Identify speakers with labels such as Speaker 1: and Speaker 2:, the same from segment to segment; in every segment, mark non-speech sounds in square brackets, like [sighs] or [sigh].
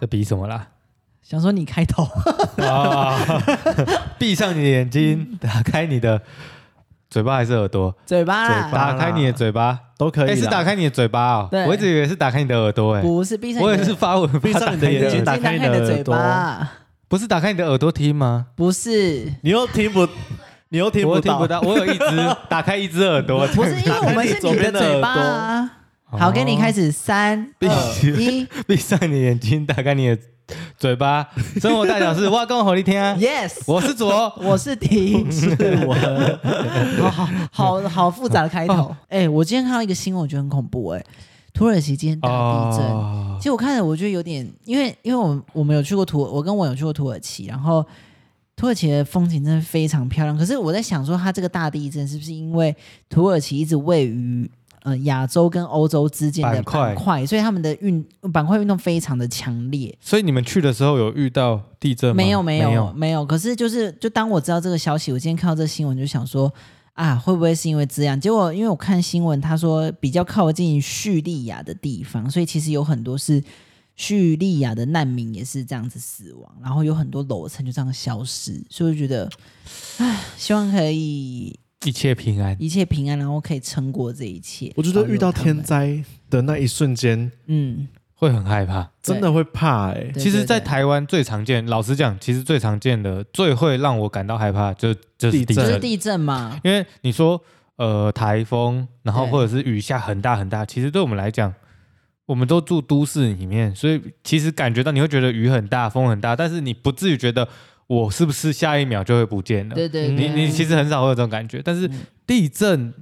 Speaker 1: 在比什么啦？
Speaker 2: 想说你开头， [laughs]
Speaker 1: 啊！闭上你的眼睛，打开你的嘴巴还是耳朵？
Speaker 2: 嘴巴啦，
Speaker 3: 嘴巴
Speaker 1: 打开你的嘴巴，
Speaker 3: 都可以
Speaker 1: 哎，
Speaker 3: 啦。
Speaker 1: 是打开你的嘴巴哦。
Speaker 2: 对
Speaker 1: 我一直以为是打开你的耳朵，哎，
Speaker 2: 不是闭上
Speaker 1: 我也
Speaker 2: 你的
Speaker 1: 是发文，
Speaker 3: 闭上你的眼睛，
Speaker 2: 打
Speaker 3: 打
Speaker 2: 开
Speaker 3: 开
Speaker 2: 你
Speaker 3: 的
Speaker 2: 的
Speaker 3: 耳
Speaker 2: 嘴
Speaker 3: 朵，
Speaker 2: 巴，
Speaker 1: 不是打开你的耳朵听吗？
Speaker 2: 不是。
Speaker 3: 你又听不，你又听
Speaker 1: 我
Speaker 3: 不
Speaker 1: 听
Speaker 3: 到，
Speaker 1: 不到，我有一只打开一只耳朵，
Speaker 2: 不是因为我们是你的嘴巴、啊。好，给你开
Speaker 1: 始。
Speaker 2: 始，三、
Speaker 1: [laughs] 闭
Speaker 2: 二、一
Speaker 1: 闭上你的眼睛，打开你的嘴巴。生活大小事，挖工好你听啊！
Speaker 2: ，Yes，
Speaker 1: 我是左，
Speaker 2: 我是迪，是我， [laughs] 好好好好复杂的开头。哎，我今天看到一个新闻，我觉得很恐怖。哎，土耳其今天大地震，
Speaker 1: 哦
Speaker 2: 其实我看了，我觉得有点，因为因为我们我们有去过土，我跟我有去过土耳其，然后土耳其的风景真的非常漂亮。可是我在想说，它这个大地震是不是因为土耳其一直位于呃亚洲跟欧洲之间的
Speaker 1: 板块
Speaker 2: 板块，所以他们的运板块运动非常的强烈。
Speaker 1: 所以你们去的时候有遇到地震吗？
Speaker 2: 没有没有
Speaker 1: 没
Speaker 2: 没有，可是就是就当我知道这个消息，我今天看到这个新闻就想说。啊，会不会是因为这样？结果因为我看新闻，他说比较靠近叙利亚的地方，所以其实有很多是叙利亚的难民也是这样子死亡，然后有很多楼层就这样消失，所以我觉得，唉，希望可以
Speaker 1: 一切平安。
Speaker 2: 一切平安，然后可以撑过这一切。
Speaker 3: 我觉得遇到天
Speaker 2: 保佑
Speaker 3: 灾的那一瞬间，
Speaker 2: 他们，嗯，
Speaker 1: 会很害怕。
Speaker 3: 真的会怕哎、
Speaker 2: 对
Speaker 1: 其实，在
Speaker 2: 对
Speaker 1: 台湾最常见，老实讲，其实最常见的、最会让我感到害怕，就就是地
Speaker 3: 地
Speaker 2: 对
Speaker 3: 震
Speaker 2: 就是
Speaker 1: 震，
Speaker 2: 地震嘛，
Speaker 1: 因为你说呃台风，然后
Speaker 2: 对
Speaker 1: 或者是雨下很大很大，其实对我们来讲，我们都住都市里面，所以其实感觉到你会觉得雨很大、风很大，但是你不至于觉得我是不是下一秒就会不见了。
Speaker 2: 对对
Speaker 1: 你
Speaker 2: 对，
Speaker 1: 你其实很少会有这种感觉，但是
Speaker 2: 嗯
Speaker 1: 地震，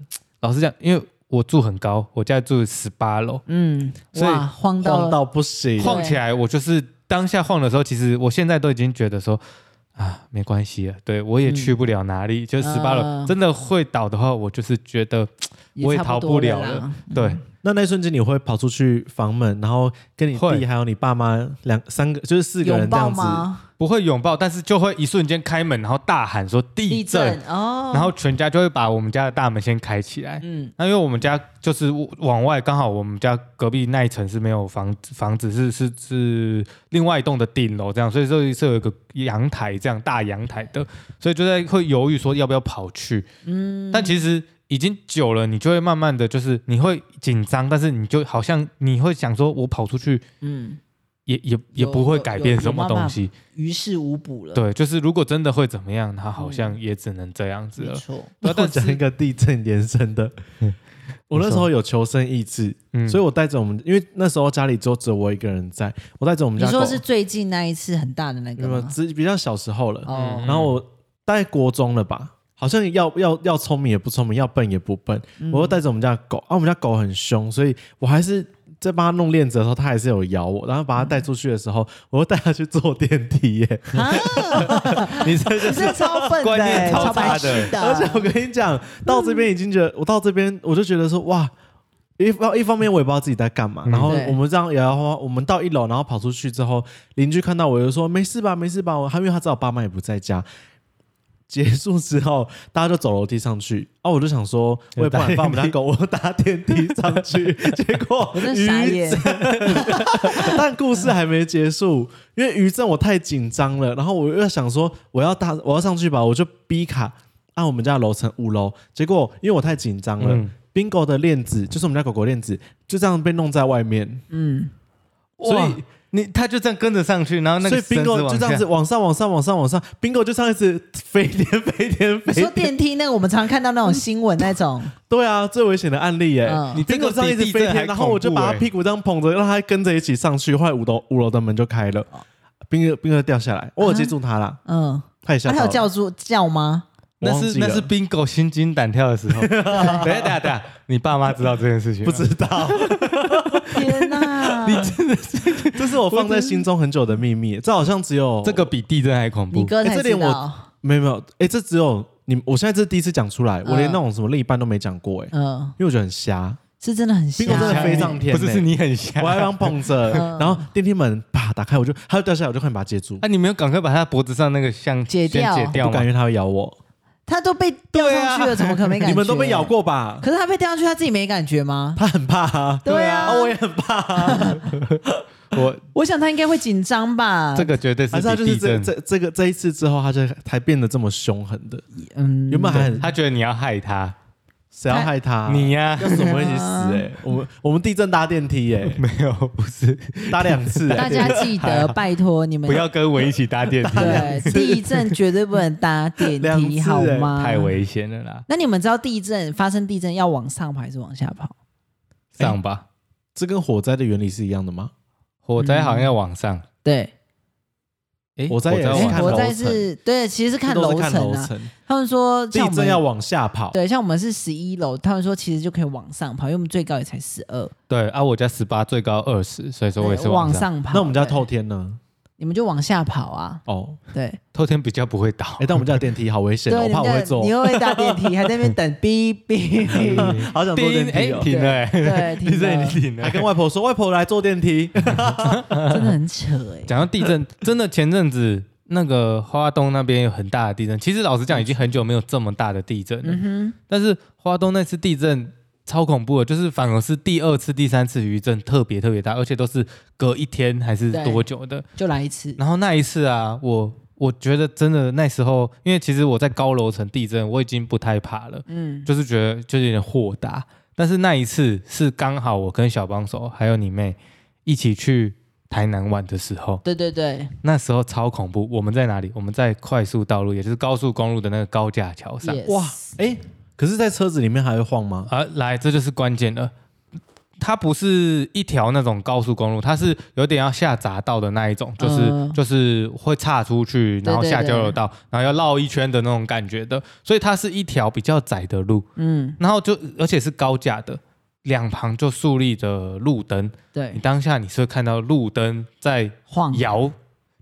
Speaker 1: 老实讲，因为我住很高，我家住十八楼，
Speaker 2: 嗯，
Speaker 1: 所以
Speaker 2: 哇，慌到
Speaker 3: 晃到不行，
Speaker 1: 晃起来，我就是当下晃的时候，其实我现在都已经觉得说啊，没关系了，对我也去不了哪里，就十八
Speaker 2: 嗯
Speaker 1: 楼真的会倒的话，我就是觉得我也
Speaker 2: 差
Speaker 1: 逃
Speaker 2: 多
Speaker 1: 不了
Speaker 2: 了啦。
Speaker 1: 对，
Speaker 3: 那那一瞬间你会跑出去房门，然后跟你
Speaker 1: 会
Speaker 3: 弟还有你爸妈两三个，就是四个
Speaker 2: 拥
Speaker 3: 人这
Speaker 2: 抱
Speaker 3: 样子，
Speaker 2: 吗？
Speaker 1: 不会拥抱，但是就会一瞬间开门，然后大喊说地
Speaker 2: 地
Speaker 1: 震，
Speaker 2: 震哦，
Speaker 1: 然后全家就会把我们家的大门先开起来。
Speaker 2: 嗯
Speaker 1: 那因为我们家就是往外，刚好我们家隔壁那一层是没有房子，房子是是是另外一栋的顶楼这样，所以这是有一个阳台这样大阳台的，所以就在会犹豫说要不要跑去。
Speaker 2: 嗯，
Speaker 1: 但其实已经久了，你就会慢慢的就是你会紧张，但是你就好像你会想说，我跑出去
Speaker 2: 嗯
Speaker 1: 也也也
Speaker 2: 有
Speaker 1: 不会改变
Speaker 2: 有
Speaker 1: 什么
Speaker 2: 有办法
Speaker 1: 东西。
Speaker 2: 于事无补了，，
Speaker 1: 对，就是如果真的会怎么样，他好
Speaker 2: 嗯
Speaker 1: 像也只能这样子
Speaker 2: 没
Speaker 1: 了。啊
Speaker 2: 错，
Speaker 3: 那
Speaker 1: 但
Speaker 3: [laughs] 我讲一
Speaker 1: 是
Speaker 3: 个地震延伸 [laughs] 的，我那时候有求生意志，
Speaker 1: 嗯
Speaker 3: 所以我带着我们，因为那时候家里就只有我一个人在，我带着我们
Speaker 2: 你
Speaker 3: 家狗，
Speaker 2: 说是最近那一次很大的那
Speaker 3: 没
Speaker 2: 个
Speaker 3: 有
Speaker 2: 吗？
Speaker 3: 只比较小时候了，
Speaker 2: 哦，
Speaker 1: 嗯
Speaker 3: 然后我大概国中了吧，好像要要要聪明也不聪明，要笨也不笨，我又带着我们家的狗啊，我们家狗很凶，所以我还是在帮它弄链子的时候，它还是有咬我，然后把它带出去的时候，我又带它去坐电梯耶，
Speaker 2: 啊，
Speaker 3: 你 [laughs] 这
Speaker 2: 你是超笨的
Speaker 1: 观念
Speaker 2: 欸，
Speaker 1: 超
Speaker 2: 白
Speaker 1: 差的
Speaker 2: 痴的，
Speaker 3: [laughs] 而且我跟你讲，到这边已经觉得，我到这边我就觉得说，哇，一方一方面我也不知道自己在干嘛，
Speaker 1: 嗯
Speaker 3: 然后
Speaker 2: 对
Speaker 3: 我们这样也要花，我们到一楼，然后跑出去之后，邻居看到我就说没事吧，没事吧，我还因为他知道我爸妈也不在家。结束之后，大家就走楼梯上去。啊，我就想说，我也不敢放我们家狗，我搭电梯上去。结果
Speaker 2: 我真的傻
Speaker 3: 余
Speaker 2: 眼，
Speaker 3: 但故事还没结束，因为余震我太紧张了，然后我又想说我要搭我要上去吧，我就逼卡啊按我们家的楼层五楼，结果因为我太紧张了、
Speaker 1: 嗯
Speaker 3: b i n g o 的链子就是我们家狗狗链子就这样被弄在外面，
Speaker 2: 嗯，
Speaker 3: 所
Speaker 1: 哇
Speaker 3: 以
Speaker 1: 你他就这样跟着上去，然后那
Speaker 3: 所以
Speaker 1: 个绳子
Speaker 3: Bingo 就
Speaker 1: 往
Speaker 3: 这样
Speaker 1: 下
Speaker 3: 子。往上往上往上往上，Bingo 就这样子飞天飞天
Speaker 2: 你
Speaker 3: 飞
Speaker 2: 说
Speaker 3: 天，
Speaker 2: 电梯那个，我们常看到那种新闻那种，
Speaker 3: 对啊，最危险的案例耶、
Speaker 2: 嗯
Speaker 1: 你这
Speaker 3: Bingo
Speaker 1: 个
Speaker 3: 这样一直
Speaker 1: 比地
Speaker 3: 飞
Speaker 1: 震还
Speaker 3: 天，然后我就
Speaker 1: 恐怖
Speaker 3: 把
Speaker 1: 欸
Speaker 3: 他屁股这样捧着，让他跟着一起上去。后来五楼五楼的门就开了，Bingo Bingo 掉下来，我有接住他
Speaker 1: 啊
Speaker 3: 啦，
Speaker 2: 嗯，
Speaker 3: 他也
Speaker 2: 那
Speaker 3: 吓
Speaker 2: 他
Speaker 3: 到
Speaker 2: 有
Speaker 3: 了。
Speaker 2: 叫住叫吗？
Speaker 3: 我
Speaker 1: 那
Speaker 3: 忘
Speaker 1: 是
Speaker 3: 记
Speaker 1: 那
Speaker 3: 了
Speaker 1: 是 bingo 心惊胆跳的
Speaker 3: [laughs]
Speaker 1: 时候。等一下等一下等一下，你爸妈知道这件事情吗
Speaker 3: 不知道，
Speaker 2: 天
Speaker 3: [laughs]
Speaker 2: 哪，
Speaker 3: 这是我放在心中很久的秘密。这好像只有
Speaker 1: 这个比地震还恐怖。
Speaker 2: 你哥才
Speaker 3: 哎这
Speaker 2: 知
Speaker 3: 点我
Speaker 2: 道，
Speaker 3: 没有没有，哎，这只有你，我现在这是第一次讲出来，
Speaker 2: 嗯
Speaker 3: 我连那种什么另一半都没讲过，哎，
Speaker 2: 嗯，
Speaker 3: 因为我觉得很瞎。
Speaker 2: 是真的很瞎
Speaker 3: 苹果真的
Speaker 2: 欸，
Speaker 3: 飞上天
Speaker 1: 不是
Speaker 3: 呢
Speaker 1: 是你很瞎
Speaker 3: 我。还帮捧着，
Speaker 2: 嗯
Speaker 3: 然后电梯门啪打开，我就它就掉下来，我就快点把它
Speaker 1: [laughs]
Speaker 3: 接住，
Speaker 1: 啊，你没有赶快把他脖子上那个像
Speaker 2: 解
Speaker 1: 先
Speaker 2: 掉
Speaker 1: 解掉
Speaker 3: 不
Speaker 1: 吗
Speaker 3: 敢？因为它会咬我。
Speaker 2: 他都被吊上去
Speaker 1: 对
Speaker 2: 了，怎么可
Speaker 3: [laughs]
Speaker 2: 能没感觉？
Speaker 3: 啊你们都被咬，过吧？
Speaker 2: 可是他被吊上去，他自己没感觉吗？
Speaker 3: 它很怕 [laughs] 啊，
Speaker 2: 对啊
Speaker 3: 我也很怕啊，
Speaker 1: 我
Speaker 2: 我想他应该会紧张吧。
Speaker 1: 这个绝对
Speaker 3: 还
Speaker 1: 是
Speaker 3: 是它就
Speaker 1: 比
Speaker 3: 是
Speaker 1: 地
Speaker 3: 这
Speaker 1: 震。
Speaker 3: 这这个这一次之后，它就才变得这么凶狠的，
Speaker 2: 嗯，
Speaker 3: 原本还很
Speaker 1: 他觉得你要害他，
Speaker 3: 谁要害它？
Speaker 1: 你呀、
Speaker 3: 啊要是我们一起
Speaker 2: 嗯
Speaker 3: 死哎，我们我们地震搭电梯哎，
Speaker 1: 没有，不是，
Speaker 3: [laughs] 搭两
Speaker 2: [laughs]
Speaker 3: 次
Speaker 2: 大
Speaker 3: 哎，
Speaker 2: 家记得，拜托你们
Speaker 1: 不要跟我一起搭电梯，啊
Speaker 2: 对地震绝对不能搭电
Speaker 1: [laughs]
Speaker 3: 两次
Speaker 2: 梯，好
Speaker 3: 欸
Speaker 2: 吗？
Speaker 1: 太危险了啦，
Speaker 2: 那你们知道地震发生地震要往上跑还是往下跑？
Speaker 1: 上
Speaker 3: 哎
Speaker 1: 吧。
Speaker 3: 这跟火灾的原理是一样的吗？
Speaker 1: 火灾好像要往上，
Speaker 2: 对，
Speaker 1: 诶
Speaker 3: 嗯火灾也
Speaker 1: 往
Speaker 3: 是
Speaker 1: 上
Speaker 3: 看
Speaker 2: 火
Speaker 3: 楼
Speaker 2: 灾
Speaker 3: 层
Speaker 2: 是对，其实是看
Speaker 3: 这都是
Speaker 2: 楼
Speaker 3: 看
Speaker 2: 层
Speaker 3: 楼
Speaker 2: 啊。 [laughs]
Speaker 3: 层，
Speaker 2: 他们说像
Speaker 3: 地
Speaker 2: 我们
Speaker 3: 震要往下跑。
Speaker 2: 对，像我们是十一楼，他们说其实就可以往上跑，因为我们最高也才十二，
Speaker 1: 对啊，我家十八最高二十，所以说我也是
Speaker 2: 对往
Speaker 1: 上。
Speaker 2: 上跑。
Speaker 3: 那我们家
Speaker 2: 对
Speaker 3: 透天呢？
Speaker 2: 你们就往下跑啊，
Speaker 3: 哦，
Speaker 2: 对，
Speaker 1: 偷天比较不会倒
Speaker 3: 哎、，
Speaker 1: [laughs]
Speaker 3: 但我们家有电梯好危险、
Speaker 2: 对，
Speaker 3: 哦，我
Speaker 2: 你
Speaker 3: 怕
Speaker 2: 们
Speaker 3: 我会
Speaker 2: 就
Speaker 3: 坐
Speaker 2: 你，又会搭电梯，还在那边等，哔
Speaker 3: [laughs]
Speaker 2: 哔，
Speaker 3: 好想坐电梯、
Speaker 1: 哎
Speaker 3: 哦。
Speaker 1: 停了、欸，
Speaker 2: 对停
Speaker 1: 地
Speaker 2: 了
Speaker 3: [laughs]
Speaker 1: 震已经停
Speaker 2: [laughs]
Speaker 1: 了
Speaker 3: 啊哎还。跟外婆说，外婆来坐电梯。
Speaker 2: 真的很扯哎。
Speaker 1: [laughs] 讲到地震，真的前阵子那个花东那边有很大的地震，其实老实讲，已经很久没有这么大的地震了。
Speaker 2: 嗯哼，
Speaker 1: 但是花东那次地震超恐怖的，就是反而是第二次、第三次余震特别特别大，而且都是隔一天还是多久的。
Speaker 2: 就来一次，
Speaker 1: 然后那一次啊，我我觉得真的那时候，因为其实我在高楼层地震，我已经不太怕了，
Speaker 2: 嗯，
Speaker 1: 就是觉得就是有点豁达。但是那一次是刚好我跟小帮手还有你妹一起去台南玩的时候，
Speaker 2: 对对对，
Speaker 1: 那时候超恐怖。我们在哪里？我们在快速道路，也就是高速公路的那个高架桥上。
Speaker 2: Yes
Speaker 3: 哇，哎、可是，在车子里面还会晃吗？
Speaker 1: 啊，来，这就是关键了。它不是一条那种高速公路，它是有点要下匝道的那一种，就是、
Speaker 2: 嗯
Speaker 1: 就是会岔出去，然后
Speaker 2: 对对
Speaker 1: 下
Speaker 2: 对
Speaker 1: 交流道，然后要绕一圈的那种感觉的，所以它是一条比较窄的路，
Speaker 2: 嗯，
Speaker 1: 然后就而且是高架的，两旁就竖立着路灯，你
Speaker 2: 对，
Speaker 1: 当下你是会看到路灯在
Speaker 2: 晃，
Speaker 1: 摇，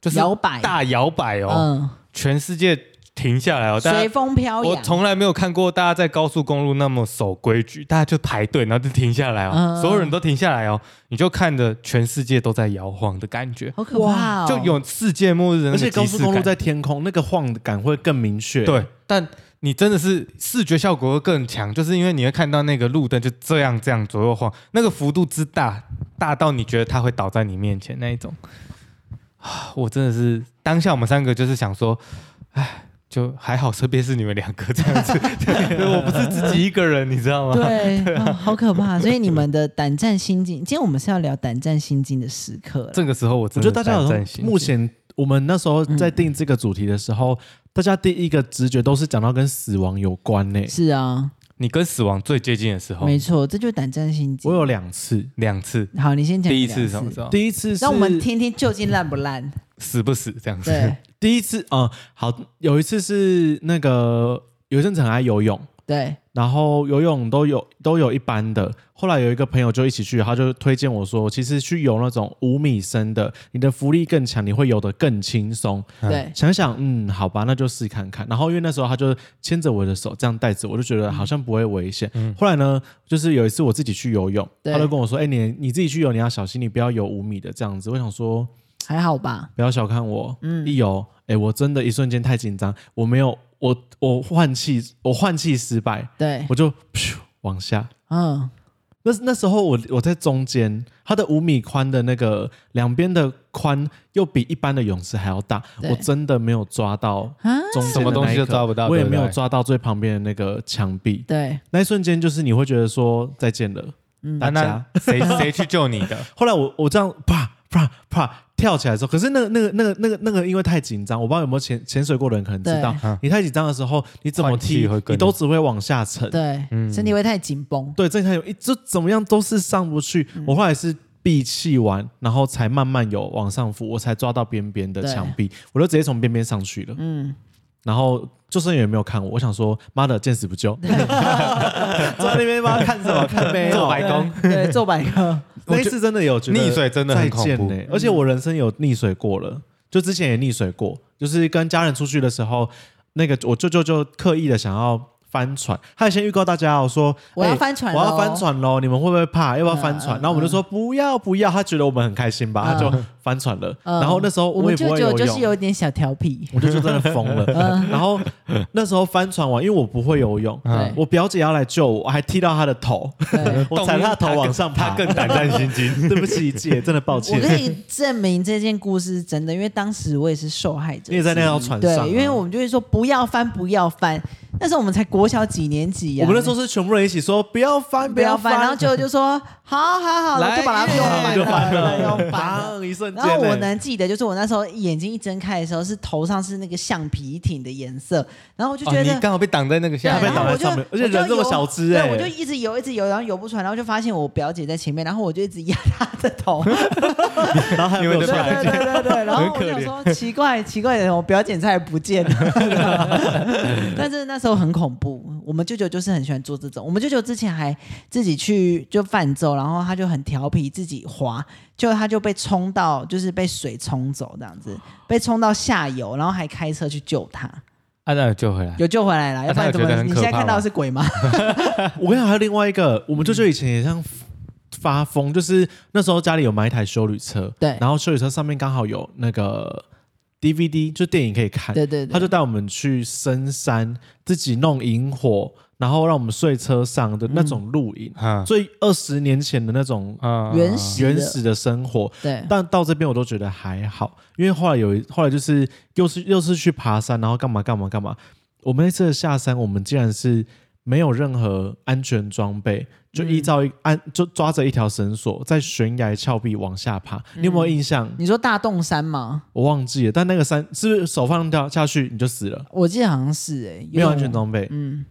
Speaker 1: 就是
Speaker 2: 嗯摇摆，
Speaker 1: 大摇摆哦，
Speaker 2: 嗯，
Speaker 1: 全世界停下来哦，大家
Speaker 2: 随风飘
Speaker 1: 我
Speaker 2: 扬，
Speaker 1: 从来没有看过大家在高速公路那么守规矩，大家就排队，然后就停下来哦，
Speaker 2: 嗯
Speaker 1: 所有人都停下来哦，你就看着全世界都在摇晃的感觉，
Speaker 2: 好可怕哦，
Speaker 1: 就有世界末日的那
Speaker 3: 而
Speaker 1: 个
Speaker 3: 且高
Speaker 1: 即
Speaker 3: 速
Speaker 1: 视
Speaker 3: 公路
Speaker 1: 感。
Speaker 3: 在天空，那个晃感会更明确。，
Speaker 1: 对，但你真的是视觉效果会更强，就是因为你会看到那个路灯就这样这样左右晃，那个幅度之大，大到你觉得它会倒在你面前那一种。啊我真的是当下我们三个就是想说，哎。就还好，身边是你们两个这
Speaker 3: [laughs]
Speaker 1: 样子，对我不是自己一个人，你知道吗？
Speaker 2: 对、哦好
Speaker 1: [laughs]
Speaker 2: 可怕。所以你们的胆战心惊，今天我们是要聊胆战心惊的时刻了。
Speaker 1: 这个时候我
Speaker 3: 我
Speaker 1: 真
Speaker 3: 觉
Speaker 1: 的
Speaker 3: 得大家
Speaker 1: 胆
Speaker 3: 好像
Speaker 1: 战心惊
Speaker 3: 目前我们那时候在定这个主题的时候，
Speaker 2: 嗯
Speaker 3: 大家第一个直觉都是讲到跟死亡有关呢、
Speaker 2: 是啊，
Speaker 1: 你跟死亡最接近的时候，
Speaker 2: 没错，这就是胆战心惊。
Speaker 3: 我有两次，
Speaker 1: 两次，
Speaker 2: 好，你先讲
Speaker 1: 第一
Speaker 2: 两
Speaker 1: 次是什么时候？
Speaker 3: 第一次是
Speaker 2: 哦让我们听听究竟烂不
Speaker 1: [laughs]
Speaker 2: 烂？
Speaker 1: 死不死这样子
Speaker 2: 对？
Speaker 3: 第一次，嗯，好，有一次是那个有一阵子很爱游泳，
Speaker 2: 对，
Speaker 3: 然后游泳都有都有一般的。后来有一个朋友就一起去，他就推荐我说，其实去游那种五米深的，你的浮力更强，你会游得更轻松。
Speaker 1: 嗯
Speaker 2: 对，
Speaker 3: 想想，嗯，好吧，那就试看看。然后因为那时候他就牵着我的手这样带着，我就觉得好像不会危险。后来呢，就是有一次我自己去游泳，
Speaker 2: 对
Speaker 3: 他就跟我说：“哎、你你自己去游，你要小心，你不要游五米的这样子。”我想说，
Speaker 2: 还好吧。
Speaker 3: 不要小看我，一游，哎、我真的一瞬间太紧张，我没有，我我换气，我换气失败，
Speaker 2: 对，
Speaker 3: 我就噗往下。
Speaker 2: 嗯，
Speaker 3: 那那时候我我在中间，它的五米宽的那个两边的宽又比一般的泳池还要大，
Speaker 2: 对
Speaker 3: 我真的没有抓到
Speaker 2: 啊
Speaker 3: 中间的那一刻
Speaker 1: [laughs] 什么东西都抓不到
Speaker 3: 我也
Speaker 1: 对不
Speaker 3: 没
Speaker 1: 对
Speaker 3: 有抓到最旁边的那个墙壁。
Speaker 2: 对，嗯
Speaker 3: 那一瞬间就是你会觉得说再见了，
Speaker 1: 啊
Speaker 3: 大家
Speaker 1: 那。谁谁去救你的？
Speaker 3: 后来我我这样啪啪啪跳起来的时候，可是那个那个那个那个那个，因为太紧张，我不知道有没有潜潜水过的人可能知道
Speaker 2: 对
Speaker 1: 嗯，
Speaker 3: 你太紧张的时候，你怎么
Speaker 1: 换气
Speaker 3: 踢
Speaker 1: 会，更
Speaker 3: 你都只会往下沉。
Speaker 2: 对，
Speaker 1: 嗯
Speaker 2: 身体会太紧绷。
Speaker 3: 对，这才有一就怎么样都是上不去。我后来是闭气完，然后才慢慢有往上浮，我才抓到边边的
Speaker 2: 对
Speaker 3: 墙壁，我就直接从边边上去了。
Speaker 2: 嗯，
Speaker 3: 然后救生员也没有看我，我想说妈的见死不救，坐 [laughs] 在那边妈看什么看没有？
Speaker 1: 做白工，
Speaker 2: [laughs] 对，做百科，
Speaker 3: 那一次真的有觉得
Speaker 1: 溺水真的很恐
Speaker 3: 再见
Speaker 1: 怖嗯
Speaker 3: 欸而且我人生有溺水过了，就之前也溺水过，就是跟家人出去的时候，那个我舅舅就刻意的想要翻船，他先预告大家哦，说
Speaker 2: 我要
Speaker 3: 哎
Speaker 2: 翻船
Speaker 3: 我要
Speaker 2: 咯
Speaker 3: 翻船喽，你们会不会怕？要不要翻船？
Speaker 2: 嗯嗯
Speaker 3: 然后我们就说不要不要，他觉得我们很开心吧，
Speaker 2: 嗯
Speaker 3: 他就翻船了。
Speaker 2: 嗯
Speaker 3: 然后那时候
Speaker 2: 我们
Speaker 3: 也不
Speaker 2: 舅
Speaker 3: 会
Speaker 2: 舅
Speaker 3: 游
Speaker 2: 就是
Speaker 3: 泳。
Speaker 2: 有嗯点小调皮，
Speaker 3: [laughs] 我舅舅真的疯
Speaker 2: [laughs]
Speaker 3: 了，然后那时候翻船完，因为我不会游泳，
Speaker 2: 对
Speaker 3: 我表姐要来救我，我还踢到她的头，
Speaker 2: 嗯对
Speaker 3: [laughs] 我踩她的头往上爬，
Speaker 1: 他更胆战心惊。
Speaker 3: [laughs] 对不起，姐，真的抱
Speaker 2: 我
Speaker 3: 歉。
Speaker 2: 可以证明这件故事是真的，因为当时我也是受害者之一。
Speaker 3: 你也在那条船上啊
Speaker 2: 对，因为我们就会说不要翻，不要翻。那时候我们才国小几年级呀、
Speaker 3: 我们那时候是全部人一起说不要翻，
Speaker 2: 不要翻，然后
Speaker 3: 翻，哎
Speaker 2: 舅舅就说好好好，然后就把它
Speaker 1: 来
Speaker 2: 用
Speaker 1: 耶
Speaker 2: 翻
Speaker 3: 就翻
Speaker 2: 了，
Speaker 3: [laughs] 了，
Speaker 2: 用翻了。
Speaker 3: 砰一瞬间
Speaker 2: 然
Speaker 3: 欸。
Speaker 2: 后我能记得，就是我那时候眼睛一睁开的时候，是头上是那个橡皮艇的颜色，然后我就
Speaker 1: 哦，
Speaker 2: 觉
Speaker 1: 你
Speaker 2: 得
Speaker 1: 刚好被挡在那个下
Speaker 3: 啊被
Speaker 1: 面
Speaker 2: 对，然
Speaker 3: 挡
Speaker 2: 后
Speaker 3: 在
Speaker 2: 我就
Speaker 3: 上面而且
Speaker 2: 我就
Speaker 3: 人这么
Speaker 2: 游
Speaker 3: 小只欸
Speaker 2: 对，我就一直游，一直游，然后游不出来，然后就发现我表姐在前面，然后我就一直压她的
Speaker 3: [laughs]
Speaker 2: 头，对
Speaker 3: 然后还有没有
Speaker 1: 因为
Speaker 3: 出
Speaker 2: [laughs]
Speaker 1: 这
Speaker 3: 来
Speaker 1: 边
Speaker 2: 对对对对，然后
Speaker 1: 很
Speaker 2: 我
Speaker 1: 可
Speaker 2: 就
Speaker 1: 怜
Speaker 2: 想说奇怪奇怪的，我表姐差点不见
Speaker 3: [laughs]
Speaker 2: 了，但是那时候很恐怖，我们舅舅就是很喜欢做这种，我们舅舅之前还自己去就泛舟，然后他就很调皮自己划，就他就被冲到，就是被水冲走这样子，被冲到下游，然后还开车去救他，
Speaker 1: 啊，那救回来。
Speaker 2: 有救回来
Speaker 3: 啊
Speaker 2: 了，要不然
Speaker 1: 他
Speaker 2: 怎
Speaker 1: 有觉得
Speaker 2: 么
Speaker 1: 很
Speaker 2: 你
Speaker 1: 可
Speaker 2: 现在
Speaker 1: 怕
Speaker 2: 看到
Speaker 1: 吗
Speaker 2: 的是鬼吗？ [laughs]
Speaker 3: 我跟你讲，还有另外一个，我们舅舅以前也像发疯，就是那时候家里有买一台修旅车，
Speaker 2: 对
Speaker 3: 然后修旅车上面刚好有那个 DVD，就电影可以看，
Speaker 2: 对对对，
Speaker 3: 他就带我们去深山，自己弄萤火，然后让我们睡车上的那种露
Speaker 2: 嗯
Speaker 3: 营，
Speaker 1: 啊
Speaker 3: 最二十年前的那种
Speaker 1: 啊
Speaker 2: 原始的
Speaker 3: 原始的生活。
Speaker 2: 对
Speaker 3: 但到这边我都觉得还好，因为后来有一后来就是又是又是去爬山，然后干嘛干嘛干嘛。我们那次下山，我们竟然是没有任何安全装备，就
Speaker 2: 嗯
Speaker 3: 依照一安就抓着一条绳索，在悬崖峭壁往下爬。你有没
Speaker 2: 嗯
Speaker 3: 有印象？
Speaker 2: 你说大洞山吗？
Speaker 3: 我忘记了，但那个山是不是手放掉下去你就死了？
Speaker 2: 我记得好像是哎、
Speaker 3: 没有安
Speaker 2: 点
Speaker 3: 全装备，
Speaker 2: 嗯，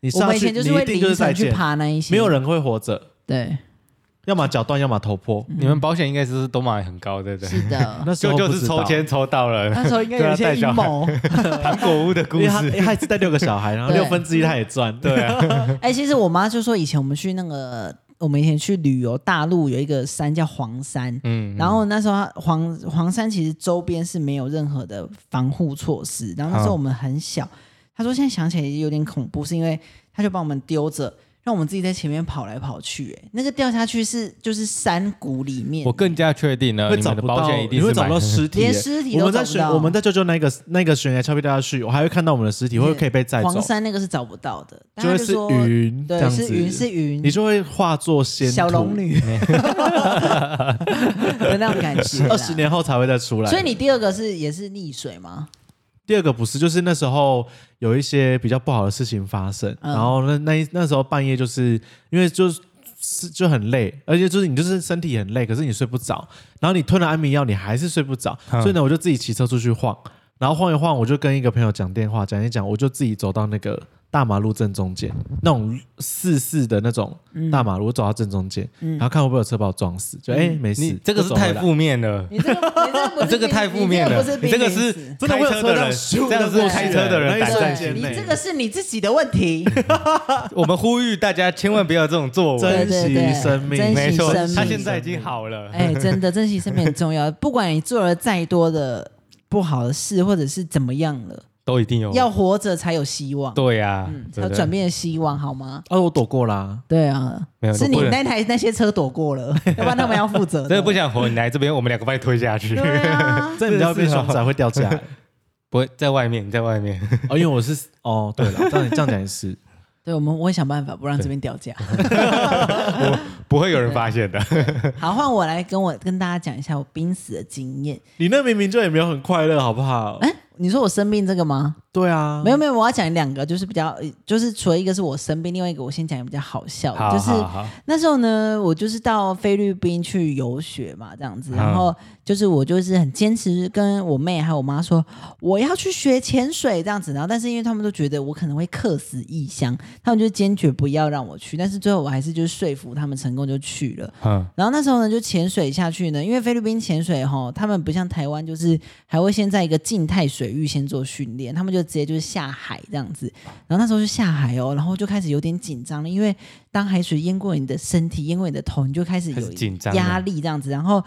Speaker 3: 你
Speaker 2: 我
Speaker 3: 上
Speaker 2: 们以
Speaker 3: 去
Speaker 2: 前
Speaker 3: 你
Speaker 2: 就是会
Speaker 3: 一定就是
Speaker 2: 凌
Speaker 3: 再
Speaker 2: 晨去
Speaker 3: 见，
Speaker 2: 爬那一些，
Speaker 3: 没有人会活着， [laughs]
Speaker 2: 对，
Speaker 3: 要么脚断，要么头
Speaker 2: [laughs]
Speaker 3: 破。
Speaker 1: 你们保险应该是都买很高，对不对？
Speaker 2: 是
Speaker 3: [laughs]
Speaker 2: 的，
Speaker 3: 那时候
Speaker 1: 就就
Speaker 3: 不
Speaker 1: 是
Speaker 3: 知道
Speaker 1: 抽，签抽到了
Speaker 2: 那时候应该有一
Speaker 3: 啊
Speaker 2: 些阴谋。
Speaker 1: 糖果屋的
Speaker 3: 因
Speaker 1: 故
Speaker 3: 为他
Speaker 1: 事，
Speaker 3: 他一次带六个小孩，
Speaker 2: [laughs]
Speaker 3: 然后
Speaker 2: 对
Speaker 3: 六分之一他也
Speaker 2: [laughs]
Speaker 3: 赚，对。
Speaker 1: 对啊，
Speaker 2: 哎、其实我妈就说以前我们去那个，我们以前去旅游，大陆有一个山叫黄山，
Speaker 1: 嗯，
Speaker 2: 然后那时候它黄黄山其实周边是没有任何的防护措施，然后那时候
Speaker 1: 好
Speaker 2: 我们很小，他说现在想起来有点恐怖，是因为他就把我们丢着，让我们自己在前面跑来跑去、哎，那个掉下去是就是山谷里面，
Speaker 1: 我更加确定了，
Speaker 3: 会
Speaker 1: 你
Speaker 3: 找
Speaker 1: 们的
Speaker 3: 不到，
Speaker 1: 保险一定
Speaker 3: 呃你会
Speaker 1: 是
Speaker 3: 找
Speaker 1: 买
Speaker 3: 不到尸体耶、
Speaker 2: 连尸体都
Speaker 3: 我们在
Speaker 2: 找不
Speaker 3: 悬，
Speaker 2: 到
Speaker 3: 我们在救救那个那个悬崖峭壁掉下去，我还会看到我们的尸体，会
Speaker 2: 对
Speaker 3: 可以被载走
Speaker 2: 黄，山那个是找不到的，但
Speaker 3: 就
Speaker 2: 他
Speaker 3: 会
Speaker 2: 就是说
Speaker 3: 云这
Speaker 2: 对，
Speaker 3: 样
Speaker 2: 是
Speaker 3: 子，
Speaker 2: 云是云
Speaker 3: 你，就会化作仙
Speaker 2: 小龙
Speaker 3: 女，
Speaker 2: 女 [laughs] 的那种感觉啦。
Speaker 3: 二十年后才会再出来。
Speaker 2: 所以你第二个是也是溺水吗？
Speaker 3: 第二个不是，就是那时候有一些比较不好的事情发生，
Speaker 2: 嗯
Speaker 3: 然后那那一那时候半夜就是因为就是。是就很累，而且就是你就是身体很累，可是你睡不着，然后你吞了安眠药，你还是睡不着，
Speaker 1: 嗯
Speaker 3: 所以呢，我就自己骑车出去晃，然后晃一晃，我就跟一个朋友讲电话，讲一讲，我就自己走到那个大马路正中间，那种四四的那种大马路，我走到正中间，
Speaker 2: 嗯
Speaker 3: 然后看会不会有车把我撞死，就哎、没事
Speaker 1: 你，这个是
Speaker 3: 就走回
Speaker 1: 太
Speaker 3: 来
Speaker 1: 负面了。
Speaker 2: [laughs] 你这个你这个不
Speaker 1: 你
Speaker 2: 是
Speaker 1: 这个太负面了，
Speaker 2: 你
Speaker 1: 你这
Speaker 2: 这个
Speaker 1: 个
Speaker 2: 不是
Speaker 1: 是
Speaker 2: 濒临死
Speaker 3: 真的
Speaker 1: 开
Speaker 3: 会有
Speaker 1: 车的人，
Speaker 3: 车辆咻
Speaker 1: 这样
Speaker 3: 的
Speaker 1: 是
Speaker 3: 过去
Speaker 1: 开车的
Speaker 3: 欸
Speaker 1: 人
Speaker 3: 那一
Speaker 1: 胆
Speaker 3: 瞬
Speaker 1: 战
Speaker 3: 间
Speaker 1: 心
Speaker 2: 对，
Speaker 3: 呢
Speaker 2: 你这
Speaker 1: 惊。
Speaker 2: 个是你自己的问
Speaker 1: [laughs]
Speaker 2: 题。
Speaker 1: 我们呼吁大家千万不要这种作为，
Speaker 2: 对
Speaker 3: 珍
Speaker 2: 对
Speaker 3: 惜
Speaker 2: 对
Speaker 3: 生命，
Speaker 2: 珍惜
Speaker 1: 没错
Speaker 2: 生命，
Speaker 1: 他现在已经好了。
Speaker 2: 哎，真的，珍惜生命很重要。不管你做了再多的不好的事，或者是怎么样了，
Speaker 1: 都一定有
Speaker 2: 要活着才有希望，
Speaker 1: 哦对呀、
Speaker 2: 嗯，才
Speaker 1: 对
Speaker 2: 有
Speaker 1: 不对
Speaker 2: 转变的希望，好吗？
Speaker 3: 哦，我躲过啦、
Speaker 2: 对啊
Speaker 1: 没，有
Speaker 2: 是你
Speaker 1: 不能
Speaker 2: 那台那些车躲过
Speaker 1: [laughs]
Speaker 2: 了，要不然他们要负责的。
Speaker 1: 真的不想活，你来这边，我们两个把你推下去。
Speaker 2: 对啊，
Speaker 3: 这你要变熊仔会掉价、
Speaker 1: [laughs] 不会在外面，在外面。
Speaker 3: [laughs] 哦，因为我是哦，对 [laughs] 了，这样这样讲也是，
Speaker 2: 对，我们我会想办法不让这边掉价。
Speaker 1: 我不会有
Speaker 2: 啊
Speaker 1: 人发现的。
Speaker 2: 好，换我来跟我跟大家讲一下我濒死的经验。
Speaker 3: 你那明明就也没有很快乐，好不好？
Speaker 2: 哎、你说我生病这个吗？
Speaker 3: 对啊，
Speaker 2: 没有没有，我要讲两个，就是比较，呃就是除了一个是我生病，另外一个我先讲一个比较好笑的，
Speaker 1: 好
Speaker 2: 就是
Speaker 1: 好好，
Speaker 2: 那时候呢，我就是到菲律宾去游学嘛，这样子，
Speaker 1: 嗯
Speaker 2: 然后就是我就是很坚持跟我妹还有我妈说我要去学潜水这样子，然后但是因为他们都觉得我可能会客死异乡，他们就坚决不要让我去，但是最后我还是就是说服他们成功就去了。
Speaker 1: 嗯，
Speaker 2: 然后那时候呢，就潜水下去呢，因为菲律宾潜水哈，他们不像台湾，就是还会先在一个静态水域先做训练，他们就直接就是下海这样子。然后那时候就下海哦，然后就开始有点紧张了，因为当海水淹过你的身体，淹过你的头，你就开始
Speaker 1: 开
Speaker 2: 有
Speaker 1: 始紧张了
Speaker 2: 压力这样子。然后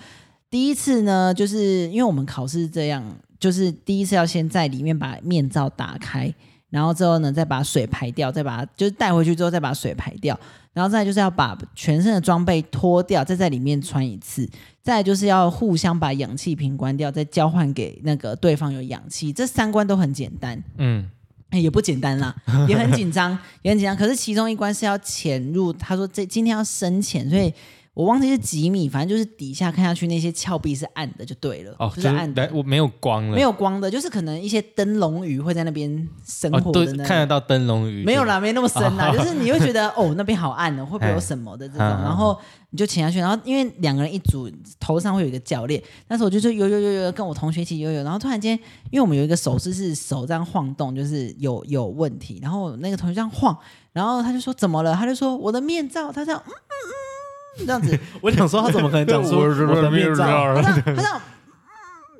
Speaker 2: 第一次呢，就是因为我们考试是这样，就是第一次要先在里面把面罩打开。然后之后呢，再把水排掉，再把它就是带回去之后再把水排掉，然后再来就是要把全身的装备脱掉，再在里面穿一次，再来就是要互相把氧气瓶关掉，再交换给那个对方有氧气，这三关都很简单。
Speaker 1: 嗯，
Speaker 2: 哎也不简单啦，也很紧张，也很紧张。可是其中一关是要潜入，他说这今天要深潜，所以我忘记是几米，反正就是底下看下去那些峭壁是暗的，就对了，
Speaker 1: 哦，
Speaker 2: 就
Speaker 1: 就是是
Speaker 2: 暗
Speaker 1: 来
Speaker 2: 的，
Speaker 1: 我没有光了，
Speaker 2: 没有光的，就是可能一些灯笼鱼会在那边生
Speaker 1: 哦，
Speaker 2: 活
Speaker 1: 都
Speaker 2: 的那
Speaker 1: 看
Speaker 2: 种。
Speaker 1: 得到灯笼鱼，
Speaker 2: 没有啦，没那么深啦，就是你会
Speaker 1: [laughs]
Speaker 2: 觉得哦，那边好暗哦，会不会有
Speaker 1: 哎
Speaker 2: 什么的这种，
Speaker 1: 啊嗯嗯嗯
Speaker 2: 然后你就潜下去，然后因为两个人一组，头上会有一个教练，那时候我就说游游游游，跟我同学一起游游，然后突然间，因为我们有一个手势是手这样晃动，就是有有问题，然后那个同学这样晃，然后他就说怎么了？他就说我的面罩，他这样嗯嗯嗯这样子，
Speaker 3: 我想说他怎么可能
Speaker 2: [laughs]
Speaker 3: 讲出我的面啊
Speaker 2: 他
Speaker 3: 罩？
Speaker 2: 这样他这样。嗯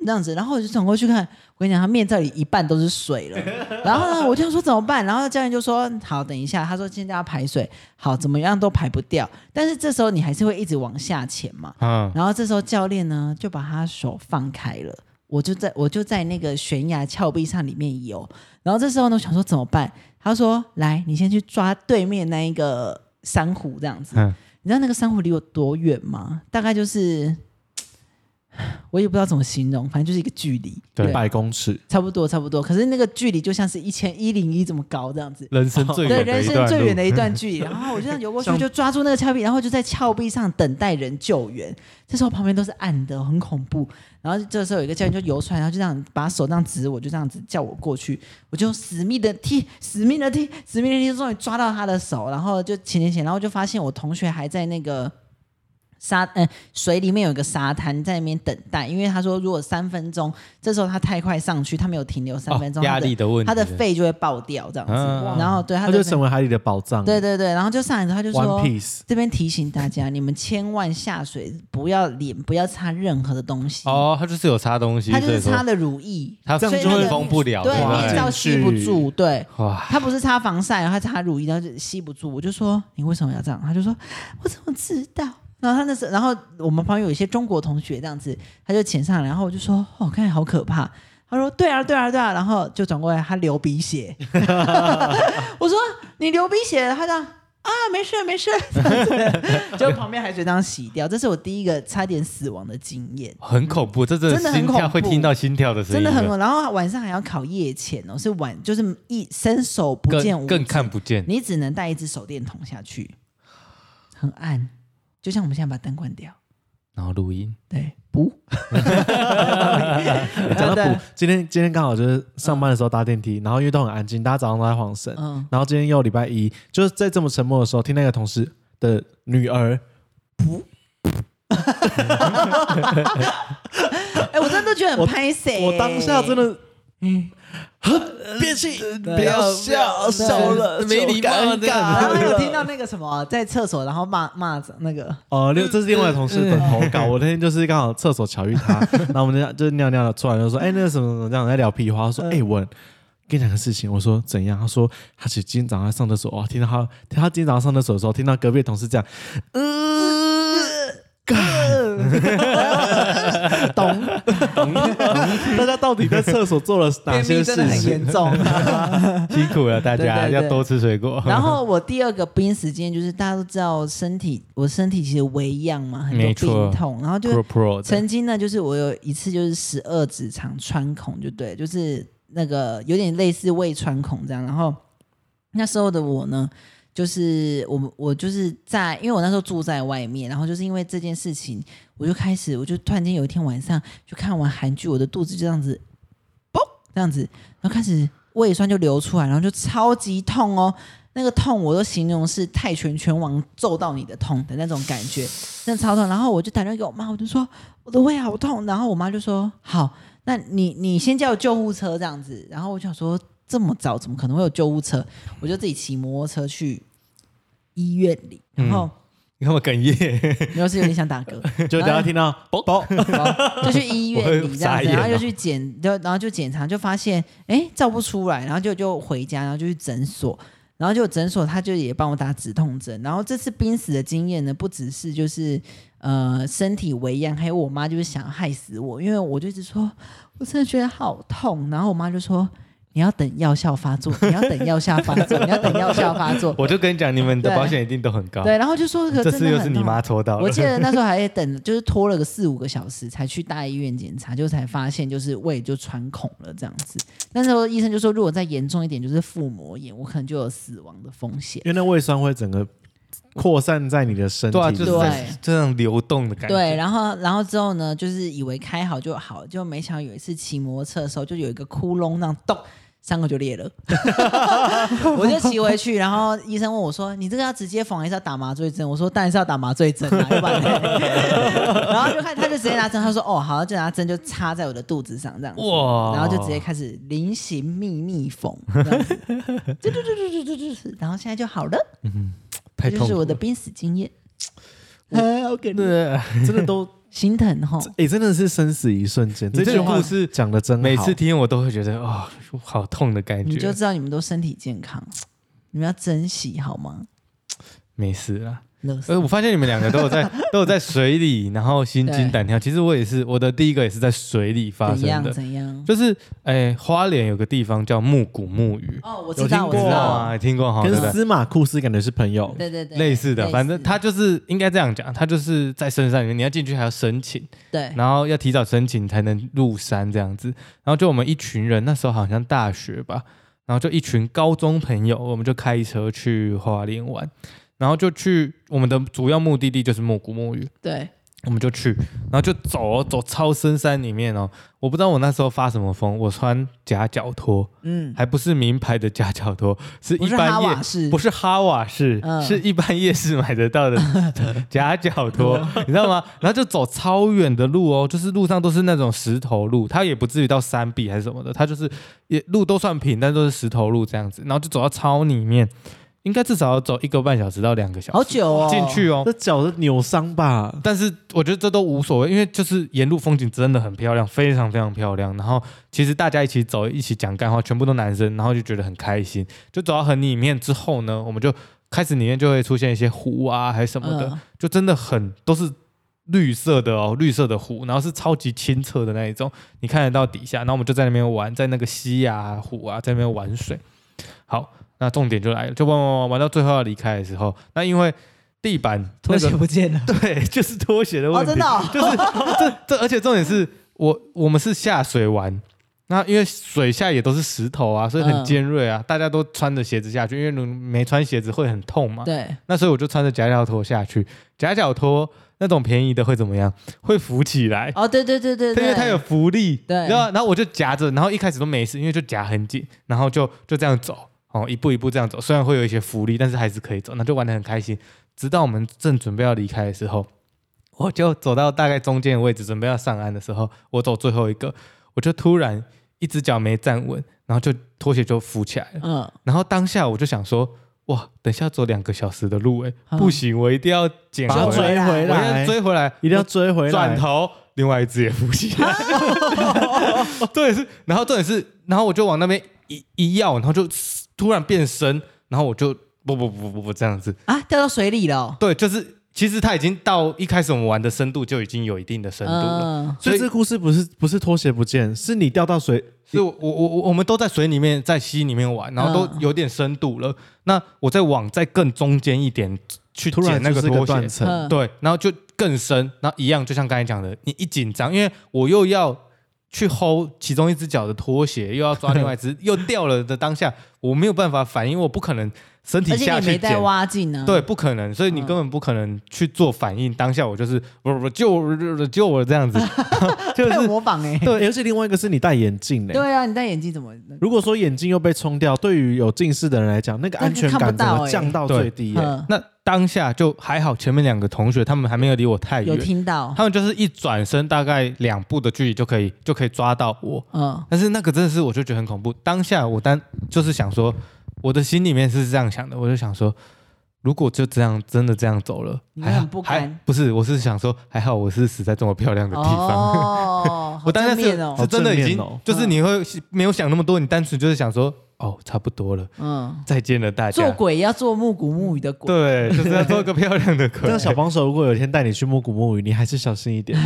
Speaker 2: 这样子，然后我就转过去看，我跟你讲，他面罩里一半都是水了。然后呢，我就想说怎么办？然后教练就说：“好，等一下。”他说：“现在要排水，好，怎么样都排不掉。但是这时候你还是会一直往下潜嘛。
Speaker 1: 嗯，
Speaker 2: 然后这时候教练呢就把他手放开了，我就在我就在那个悬崖峭壁上里面游。然后这时候呢，我想说怎么办？他说：“来，你先去抓对面那一个珊瑚，这样子。
Speaker 1: 嗯
Speaker 2: 你知道那个珊瑚离我多远吗？大概就是， [sighs] 我也不知道怎么形容，反正就是一个距离，
Speaker 1: 对
Speaker 3: 百公尺，
Speaker 2: 差不多差不多。可是那个距离就像是一千一零一这么高这样子。
Speaker 1: 人生最
Speaker 2: 哦对，
Speaker 1: 远的
Speaker 2: 人
Speaker 1: 一
Speaker 2: 生
Speaker 1: 段
Speaker 2: 最
Speaker 1: 路
Speaker 2: 远的一段距离。然后我就这样游过去，
Speaker 3: 像
Speaker 2: 就抓住那个峭壁，然后就在峭壁上等待人救援。这时候旁边都是暗的，很恐怖。然后这时候有一个教练就游出来，然后就这样把手这样指我，就这样子叫我过去。我就死命的踢，死命的踢，死命的踢，终于抓到他的手，然后就潜潜潜，然后就发现我同学还在那个。沙呃水里面有一个沙滩，在那边等待，因为他说如果三分钟，这时候他太快上去，他没有停留三分钟，
Speaker 1: 哦压
Speaker 2: 他的
Speaker 1: 力的问题，
Speaker 2: 他的肺就会爆掉这样子，
Speaker 1: 嗯
Speaker 2: 然后对他
Speaker 3: 他
Speaker 2: 的
Speaker 3: 就
Speaker 2: 肺
Speaker 3: 成为海里的宝藏。
Speaker 2: 对对对，然后就上来之后他就
Speaker 3: One
Speaker 2: 说，
Speaker 3: Piece，
Speaker 2: 这边提醒大家，你们千万下水不要脸不要擦任何的东西。
Speaker 1: 哦，他就是有擦东西，
Speaker 2: 他就
Speaker 1: 所
Speaker 2: 是
Speaker 1: 以说
Speaker 2: 擦了乳液，
Speaker 1: 他
Speaker 3: 这样
Speaker 2: 所以
Speaker 3: 就
Speaker 2: 那
Speaker 3: 会
Speaker 2: 个
Speaker 1: 封不了
Speaker 2: 对，
Speaker 1: 对不对
Speaker 2: 面罩吸不住，对。
Speaker 1: 哇，
Speaker 2: 他不是擦防晒，然后他擦乳液，然后就吸不住。我就说你为什么要这样？他就说我怎么知道？然后他那时候，然后我们旁边有一些中国同学这样子，他就潜上来，然后我就说哦，看起来好可怕。他说对啊，对啊，对啊，然后就转过来，他流鼻血。 [laughs] 我说你流鼻血了，他讲啊，没事没事， [laughs] 这样子，就旁边海水这样洗掉。这是我第一个差点死亡的经验。
Speaker 1: 很恐怖，这真的
Speaker 2: 真的很
Speaker 1: 心跳
Speaker 2: 恐
Speaker 1: 会
Speaker 2: 怖
Speaker 1: 听到心跳的声
Speaker 2: 真
Speaker 1: 音
Speaker 2: 的
Speaker 1: 了，
Speaker 2: 很，然后晚上还要考夜潜哦，是晚就是一伸手不见
Speaker 1: 更
Speaker 2: 五
Speaker 1: 更
Speaker 2: 指
Speaker 1: 看不见，
Speaker 2: 你只能带一只手电筒下去，很暗，就像我们现在把灯关掉。
Speaker 1: 然后录音，
Speaker 2: 对，不，
Speaker 3: 讲到
Speaker 2: 对
Speaker 3: 补，今天今天刚好就是上班的时候搭电梯，然后因为都很安静，大家早上都在晃神，
Speaker 2: 嗯，
Speaker 3: 然后今天又礼拜一，就是在这么沉默的时候，听那个同事的女儿，
Speaker 2: 哎，我真的觉得很拍欸谁，
Speaker 3: 我当下真，的，
Speaker 2: 呃
Speaker 3: 嗯，憋气，不要笑，笑了
Speaker 1: 没礼
Speaker 2: 啊
Speaker 1: 貌
Speaker 3: 就尴
Speaker 1: 这样
Speaker 3: 尬
Speaker 1: 子
Speaker 2: 然后还有听
Speaker 3: 了。
Speaker 2: 到那个什么，在厕所然后骂骂那个，
Speaker 3: 哦，另这是另外一个同事的投稿。我那天就是刚好厕所巧遇 [laughs] 他，然后我们就就是尿尿了，突然就说：“哎，那个什么什么这样在聊屁话。”他说：“哎，我跟你讲个事情。”我说：“怎样？”他说：“他其实今天早上上厕所，哇，听到他他今天早上上厕所的时候，听到隔壁的同事这样，嗯，
Speaker 2: [laughs] 懂，
Speaker 3: 大家到底在厕所做了哪
Speaker 2: 便秘
Speaker 3: 些
Speaker 2: 真的
Speaker 3: 事
Speaker 2: 很
Speaker 3: [laughs] 情？”
Speaker 2: 严重。
Speaker 1: 辛苦了大家，
Speaker 2: 对对对
Speaker 1: 要多吃水果，
Speaker 2: 然后我第二个冰时间就是大家都知道，身体我身体其实微恙嘛，很多
Speaker 1: 没错
Speaker 2: 病痛，然后就
Speaker 1: pro pro 的
Speaker 2: 曾经呢，就是我有一次就是十二指肠穿孔，就对，就是那个有点类似胃穿孔这样。然后那时候的我呢，就是我们我就是在，因为我那时候住在外面，然后就是因为这件事情，我就开始，我就突然间有一天晚上就看完韩剧，我的肚子就这样子，啵这样子，然后开始胃酸就流出来，然后就超级痛哦。那个痛我都形容是泰拳拳王揍到你的痛的那种感觉，真的超痛。然后我就打电话给我妈，我就说我的胃好痛，然后我妈就说好，那你你先叫救护车这样子。然后我就想说这么早怎么可能会有救护车？我就自己骑摩托车去医院里，然后
Speaker 1: 你看我哽咽， [laughs]
Speaker 2: 没有是有点想打嗝，
Speaker 3: 就大家
Speaker 2: [laughs] 哎
Speaker 3: 听到啵啵，
Speaker 2: 就去医院
Speaker 1: 我
Speaker 2: 里这样
Speaker 1: 傻
Speaker 2: 子，
Speaker 1: 眼啊
Speaker 2: 然后
Speaker 1: 了
Speaker 2: 就去检，就然后就检查，就发现哎照不出来，然后就就回家，然后就去诊所，然后就诊所他就也帮我打止痛针，然后这次濒死的经验呢，不只是就是呃身体为恙，还有我妈就是想害死我，因为我就一直说我真的觉得好痛，然后我妈就说你要等药效发作，你要等药效发作，你要等药效发
Speaker 1: [laughs]
Speaker 2: 作。
Speaker 1: 我就跟你讲，你们的
Speaker 2: 对
Speaker 1: 保险一定都很高。
Speaker 2: 对，然后就说可
Speaker 1: 这
Speaker 2: 真的
Speaker 1: 次又
Speaker 2: 很
Speaker 1: 是你
Speaker 2: 痛
Speaker 1: 妈抽到
Speaker 2: 我
Speaker 1: 了，
Speaker 2: 记得那时候还等，就是拖了个四五个小时才去大医院检查，就才发现就是胃就穿孔了这样子。那时候医生就说，如果再严重一点，就是腹膜炎，我可能就有死亡的风险。
Speaker 3: 因为那胃酸会整个扩散在你的身体
Speaker 1: 对啊，
Speaker 3: 里面，
Speaker 1: 就是
Speaker 2: 对
Speaker 1: 在这样流动的感觉。
Speaker 2: 对，然后然后之后呢，就是以为开好就好，就没想到有一次骑摩托车的时候，就有一个窟窿，那样咚，伤口就裂了。 [laughs] 我就骑回去，然后医生问我说：“你这个要直接缝还是要打麻醉针？”我说：“当然是要打麻醉针啊，要不然嘞。” [laughs] 然后就看他就直接拿针，他说：“哦，好，就拿针就插在我的肚子上这样子。”
Speaker 1: 哇
Speaker 2: 然后就直接开始菱形密密缝，这样子 [laughs] 嘟嘟嘟嘟嘟嘟嘟然后现在就好了。
Speaker 1: 太
Speaker 2: 这
Speaker 1: 痛苦
Speaker 2: 就是我的
Speaker 1: 了
Speaker 2: 濒死经验。啊，好可怜，
Speaker 1: 对，
Speaker 3: 真的都
Speaker 2: 心疼哈。
Speaker 3: 哎、真的是生死一瞬间。
Speaker 1: 你这
Speaker 3: 句
Speaker 1: 个
Speaker 3: 话
Speaker 1: 故事
Speaker 3: 讲的真好，
Speaker 1: 每次听我都会觉得哦，好痛的感
Speaker 2: 你就
Speaker 1: 觉。
Speaker 2: 知道你们都身体健康，你们要珍惜好吗？
Speaker 1: 没事啦。
Speaker 2: 乐死
Speaker 1: 呃，我发现你们两个都
Speaker 2: [laughs]
Speaker 1: 有在都有在水里，然后心惊
Speaker 2: 对
Speaker 1: 胆跳。其实我也是，我的第一个也是在水里发
Speaker 2: 怎
Speaker 1: 生
Speaker 2: 样
Speaker 1: 的，
Speaker 2: 怎样？
Speaker 1: 就是哎，花莲有个地方叫木谷木鱼，
Speaker 2: 哦，我
Speaker 3: 有
Speaker 2: 知
Speaker 3: 听
Speaker 2: 道，我
Speaker 3: 过
Speaker 2: 知道，
Speaker 1: 啊，听过哈，对
Speaker 3: 跟
Speaker 1: 不对？
Speaker 3: 司马库斯感觉是朋友，
Speaker 2: 对对对，
Speaker 1: 类似的，
Speaker 2: 类
Speaker 1: 反正他就是应该这样讲，他就是在深山里面，你要进去还要申请，
Speaker 2: 对
Speaker 1: 然后要提早申请才能入山这样子。然后就我们一群人，那时候好像大学吧，然后就一群高中朋友，我们就开车去花莲玩，然后就去我们的主要目的地就是木古木鱼，
Speaker 2: 对，
Speaker 1: 我们就去，然后就走哦走超深山里面哦。我不知道我那时候发什么疯，我穿夹脚拖，
Speaker 2: 嗯，
Speaker 1: 还不是名牌的夹脚拖，是
Speaker 2: 不
Speaker 1: 一
Speaker 2: 是
Speaker 1: 般
Speaker 2: 哈
Speaker 1: 夜
Speaker 2: 瓦士，
Speaker 1: 不是哈瓦士，
Speaker 2: 嗯
Speaker 1: 是一般夜市买得
Speaker 2: [laughs]
Speaker 1: 到的夹脚拖，你知道吗？然后就走超远的路哦，就是路上都是那种石头路，它也不至于到山壁还是什么的，它就是也路都算平，但都是石头路这样子。然后就走到超里面，应该至少要走一个半小时到两个小
Speaker 2: 好
Speaker 1: 时
Speaker 2: 久哦，
Speaker 1: 进去哦。
Speaker 3: 这脚是扭伤吧？
Speaker 1: 但是我觉得这都无所谓，因为就是沿路风景真的很漂亮，非常非常漂亮。然后其实大家一起走，一起讲干话，全部都男生，然后就觉得很开心。就走到很里面之后呢，我们就开始里面就会出现一些湖啊，还是什么的，
Speaker 2: 嗯
Speaker 1: 就真的很都是绿色的哦，绿色的湖，然后是超级清澈的那一种，你看得到底下。然后我们就在那边玩，在那个溪啊、湖啊，在那边玩水。好，那重点就来了，就玩玩玩玩到最后要离开的时候，那因为地板
Speaker 2: 拖
Speaker 1: 那
Speaker 2: 鞋
Speaker 1: 个
Speaker 2: 不见了，
Speaker 1: [laughs] 对，就是拖鞋的问
Speaker 2: 哦，
Speaker 1: 题。
Speaker 2: 真的哦，
Speaker 1: [laughs] 就是这这，而且重点是我我们是下水玩，那因为水下也都是石头啊，所以很
Speaker 2: 嗯
Speaker 1: 尖锐啊，大家都穿着鞋子下去，因为如没穿鞋子会很痛嘛。
Speaker 2: 对，
Speaker 1: 那所以我就穿着夹脚拖下去，夹脚拖那种便宜的会怎么样？会浮起来。
Speaker 2: 哦，对对对对
Speaker 1: 因
Speaker 2: 对，
Speaker 1: 为它有浮力，
Speaker 2: 对
Speaker 1: 然后然后我就夹着，然后一开始都没事，因为就夹很紧，然后就就这样走，哦，一步一步这样走，虽然会有一些浮力，但是还是可以走，那就玩的很开心。直到我们正准备要离开的时候，我就走到大概中间的位置，准备要上岸的时候，我走最后一个，我就突然一只脚没站稳，然后就拖鞋就浮起来了，
Speaker 2: 嗯，
Speaker 1: 然后当下我就想说，哇，等一下走两个小时的路、欸，
Speaker 2: 嗯
Speaker 1: 不行，我一定要捡
Speaker 3: 啊把
Speaker 1: 回
Speaker 3: 它
Speaker 1: 来，
Speaker 3: 追
Speaker 1: 我
Speaker 3: 回
Speaker 1: 一定要追回
Speaker 3: 来，
Speaker 1: 来，
Speaker 3: 一定要追回来。
Speaker 1: 转头，另外一只也浮
Speaker 3: [laughs]
Speaker 1: 起来。重点是，然后重点是，然后我就往那边一一跃，然后就突然变深，然后我就不不不不不这样子。
Speaker 2: 啊，掉到水里了哦，
Speaker 1: 对，就是其实它已经到一开始我们玩的深度就已经有一定的深度了，
Speaker 2: 嗯，
Speaker 3: 所
Speaker 1: 所
Speaker 3: 以
Speaker 1: 以
Speaker 3: 这故事不是不是拖鞋不见，是你掉到水。
Speaker 1: 所以我我我我们都在水里面，在溪里面玩，然后都
Speaker 2: 嗯
Speaker 1: 有点深度了。那我再往再更中间一点去
Speaker 3: 突
Speaker 1: 捡
Speaker 3: 然
Speaker 1: 那
Speaker 3: 就是
Speaker 1: 拖鞋
Speaker 3: 断，层，
Speaker 2: 嗯，
Speaker 1: 对，然后就更深，然后一样，就像刚才讲的，你一紧张，因为我又要去 hold 其中一只脚的拖鞋，又要抓另外一
Speaker 2: [laughs]
Speaker 1: 只，又掉了的当下，我没有办法反应，我不可能身体
Speaker 2: 而且
Speaker 1: 下
Speaker 2: 你
Speaker 1: 去
Speaker 2: 没带
Speaker 1: 捡。
Speaker 2: 蛙镜啊呢，
Speaker 1: 对，，不可能，所以你
Speaker 2: 嗯
Speaker 1: 根本不可能去做反应。当下我就是不不不救我救我这样
Speaker 2: [laughs]
Speaker 1: 子，就
Speaker 2: 太 [laughs]
Speaker 1: 是
Speaker 2: 模仿
Speaker 1: [laughs]
Speaker 2: 哎，
Speaker 3: 对，而且另外一个是你戴眼镜呢。
Speaker 2: 对啊，你戴眼镜怎么？
Speaker 3: 如果说眼镜又被冲掉，对于有近视的人来讲，那个安全感
Speaker 2: 但是看
Speaker 3: 怎
Speaker 2: 不到
Speaker 3: 么
Speaker 2: 欸
Speaker 3: 降到最低耶、
Speaker 2: 嗯，
Speaker 1: 那当下就还好，前面两个同学他们还没有离我太
Speaker 2: 嗯有
Speaker 1: 远，
Speaker 2: 听到，
Speaker 1: 他们就是一转身大概两步的距离就可以就可以抓到我，
Speaker 2: 嗯，
Speaker 1: 但是那个真的是我就觉得很恐怖。当下我当就是想说，我的心里面是这样想的，我就想说，如果就这样真的这样走了，
Speaker 2: 你会
Speaker 1: 还好
Speaker 2: 很不
Speaker 1: 还
Speaker 2: 甘
Speaker 1: 不是，我是想说还好我是死在这么漂亮的地方。
Speaker 2: 哦
Speaker 1: [laughs] ，我当下
Speaker 2: 好正
Speaker 1: 是
Speaker 2: 面哦
Speaker 1: 是真的已
Speaker 3: 好正
Speaker 1: 经
Speaker 3: 面哦
Speaker 1: 就是你会没有想那么多，你单纯就是想说哦，差不多了，
Speaker 2: 嗯，
Speaker 1: [laughs] 再见了大
Speaker 2: 做
Speaker 1: 家。
Speaker 2: 鬼也要做木古木语的鬼，
Speaker 1: 对，就是要做个漂亮
Speaker 2: [laughs]
Speaker 1: 的鬼
Speaker 3: 这。个小帮手如果有一天带你去摸古摸鱼，你还是小心一点。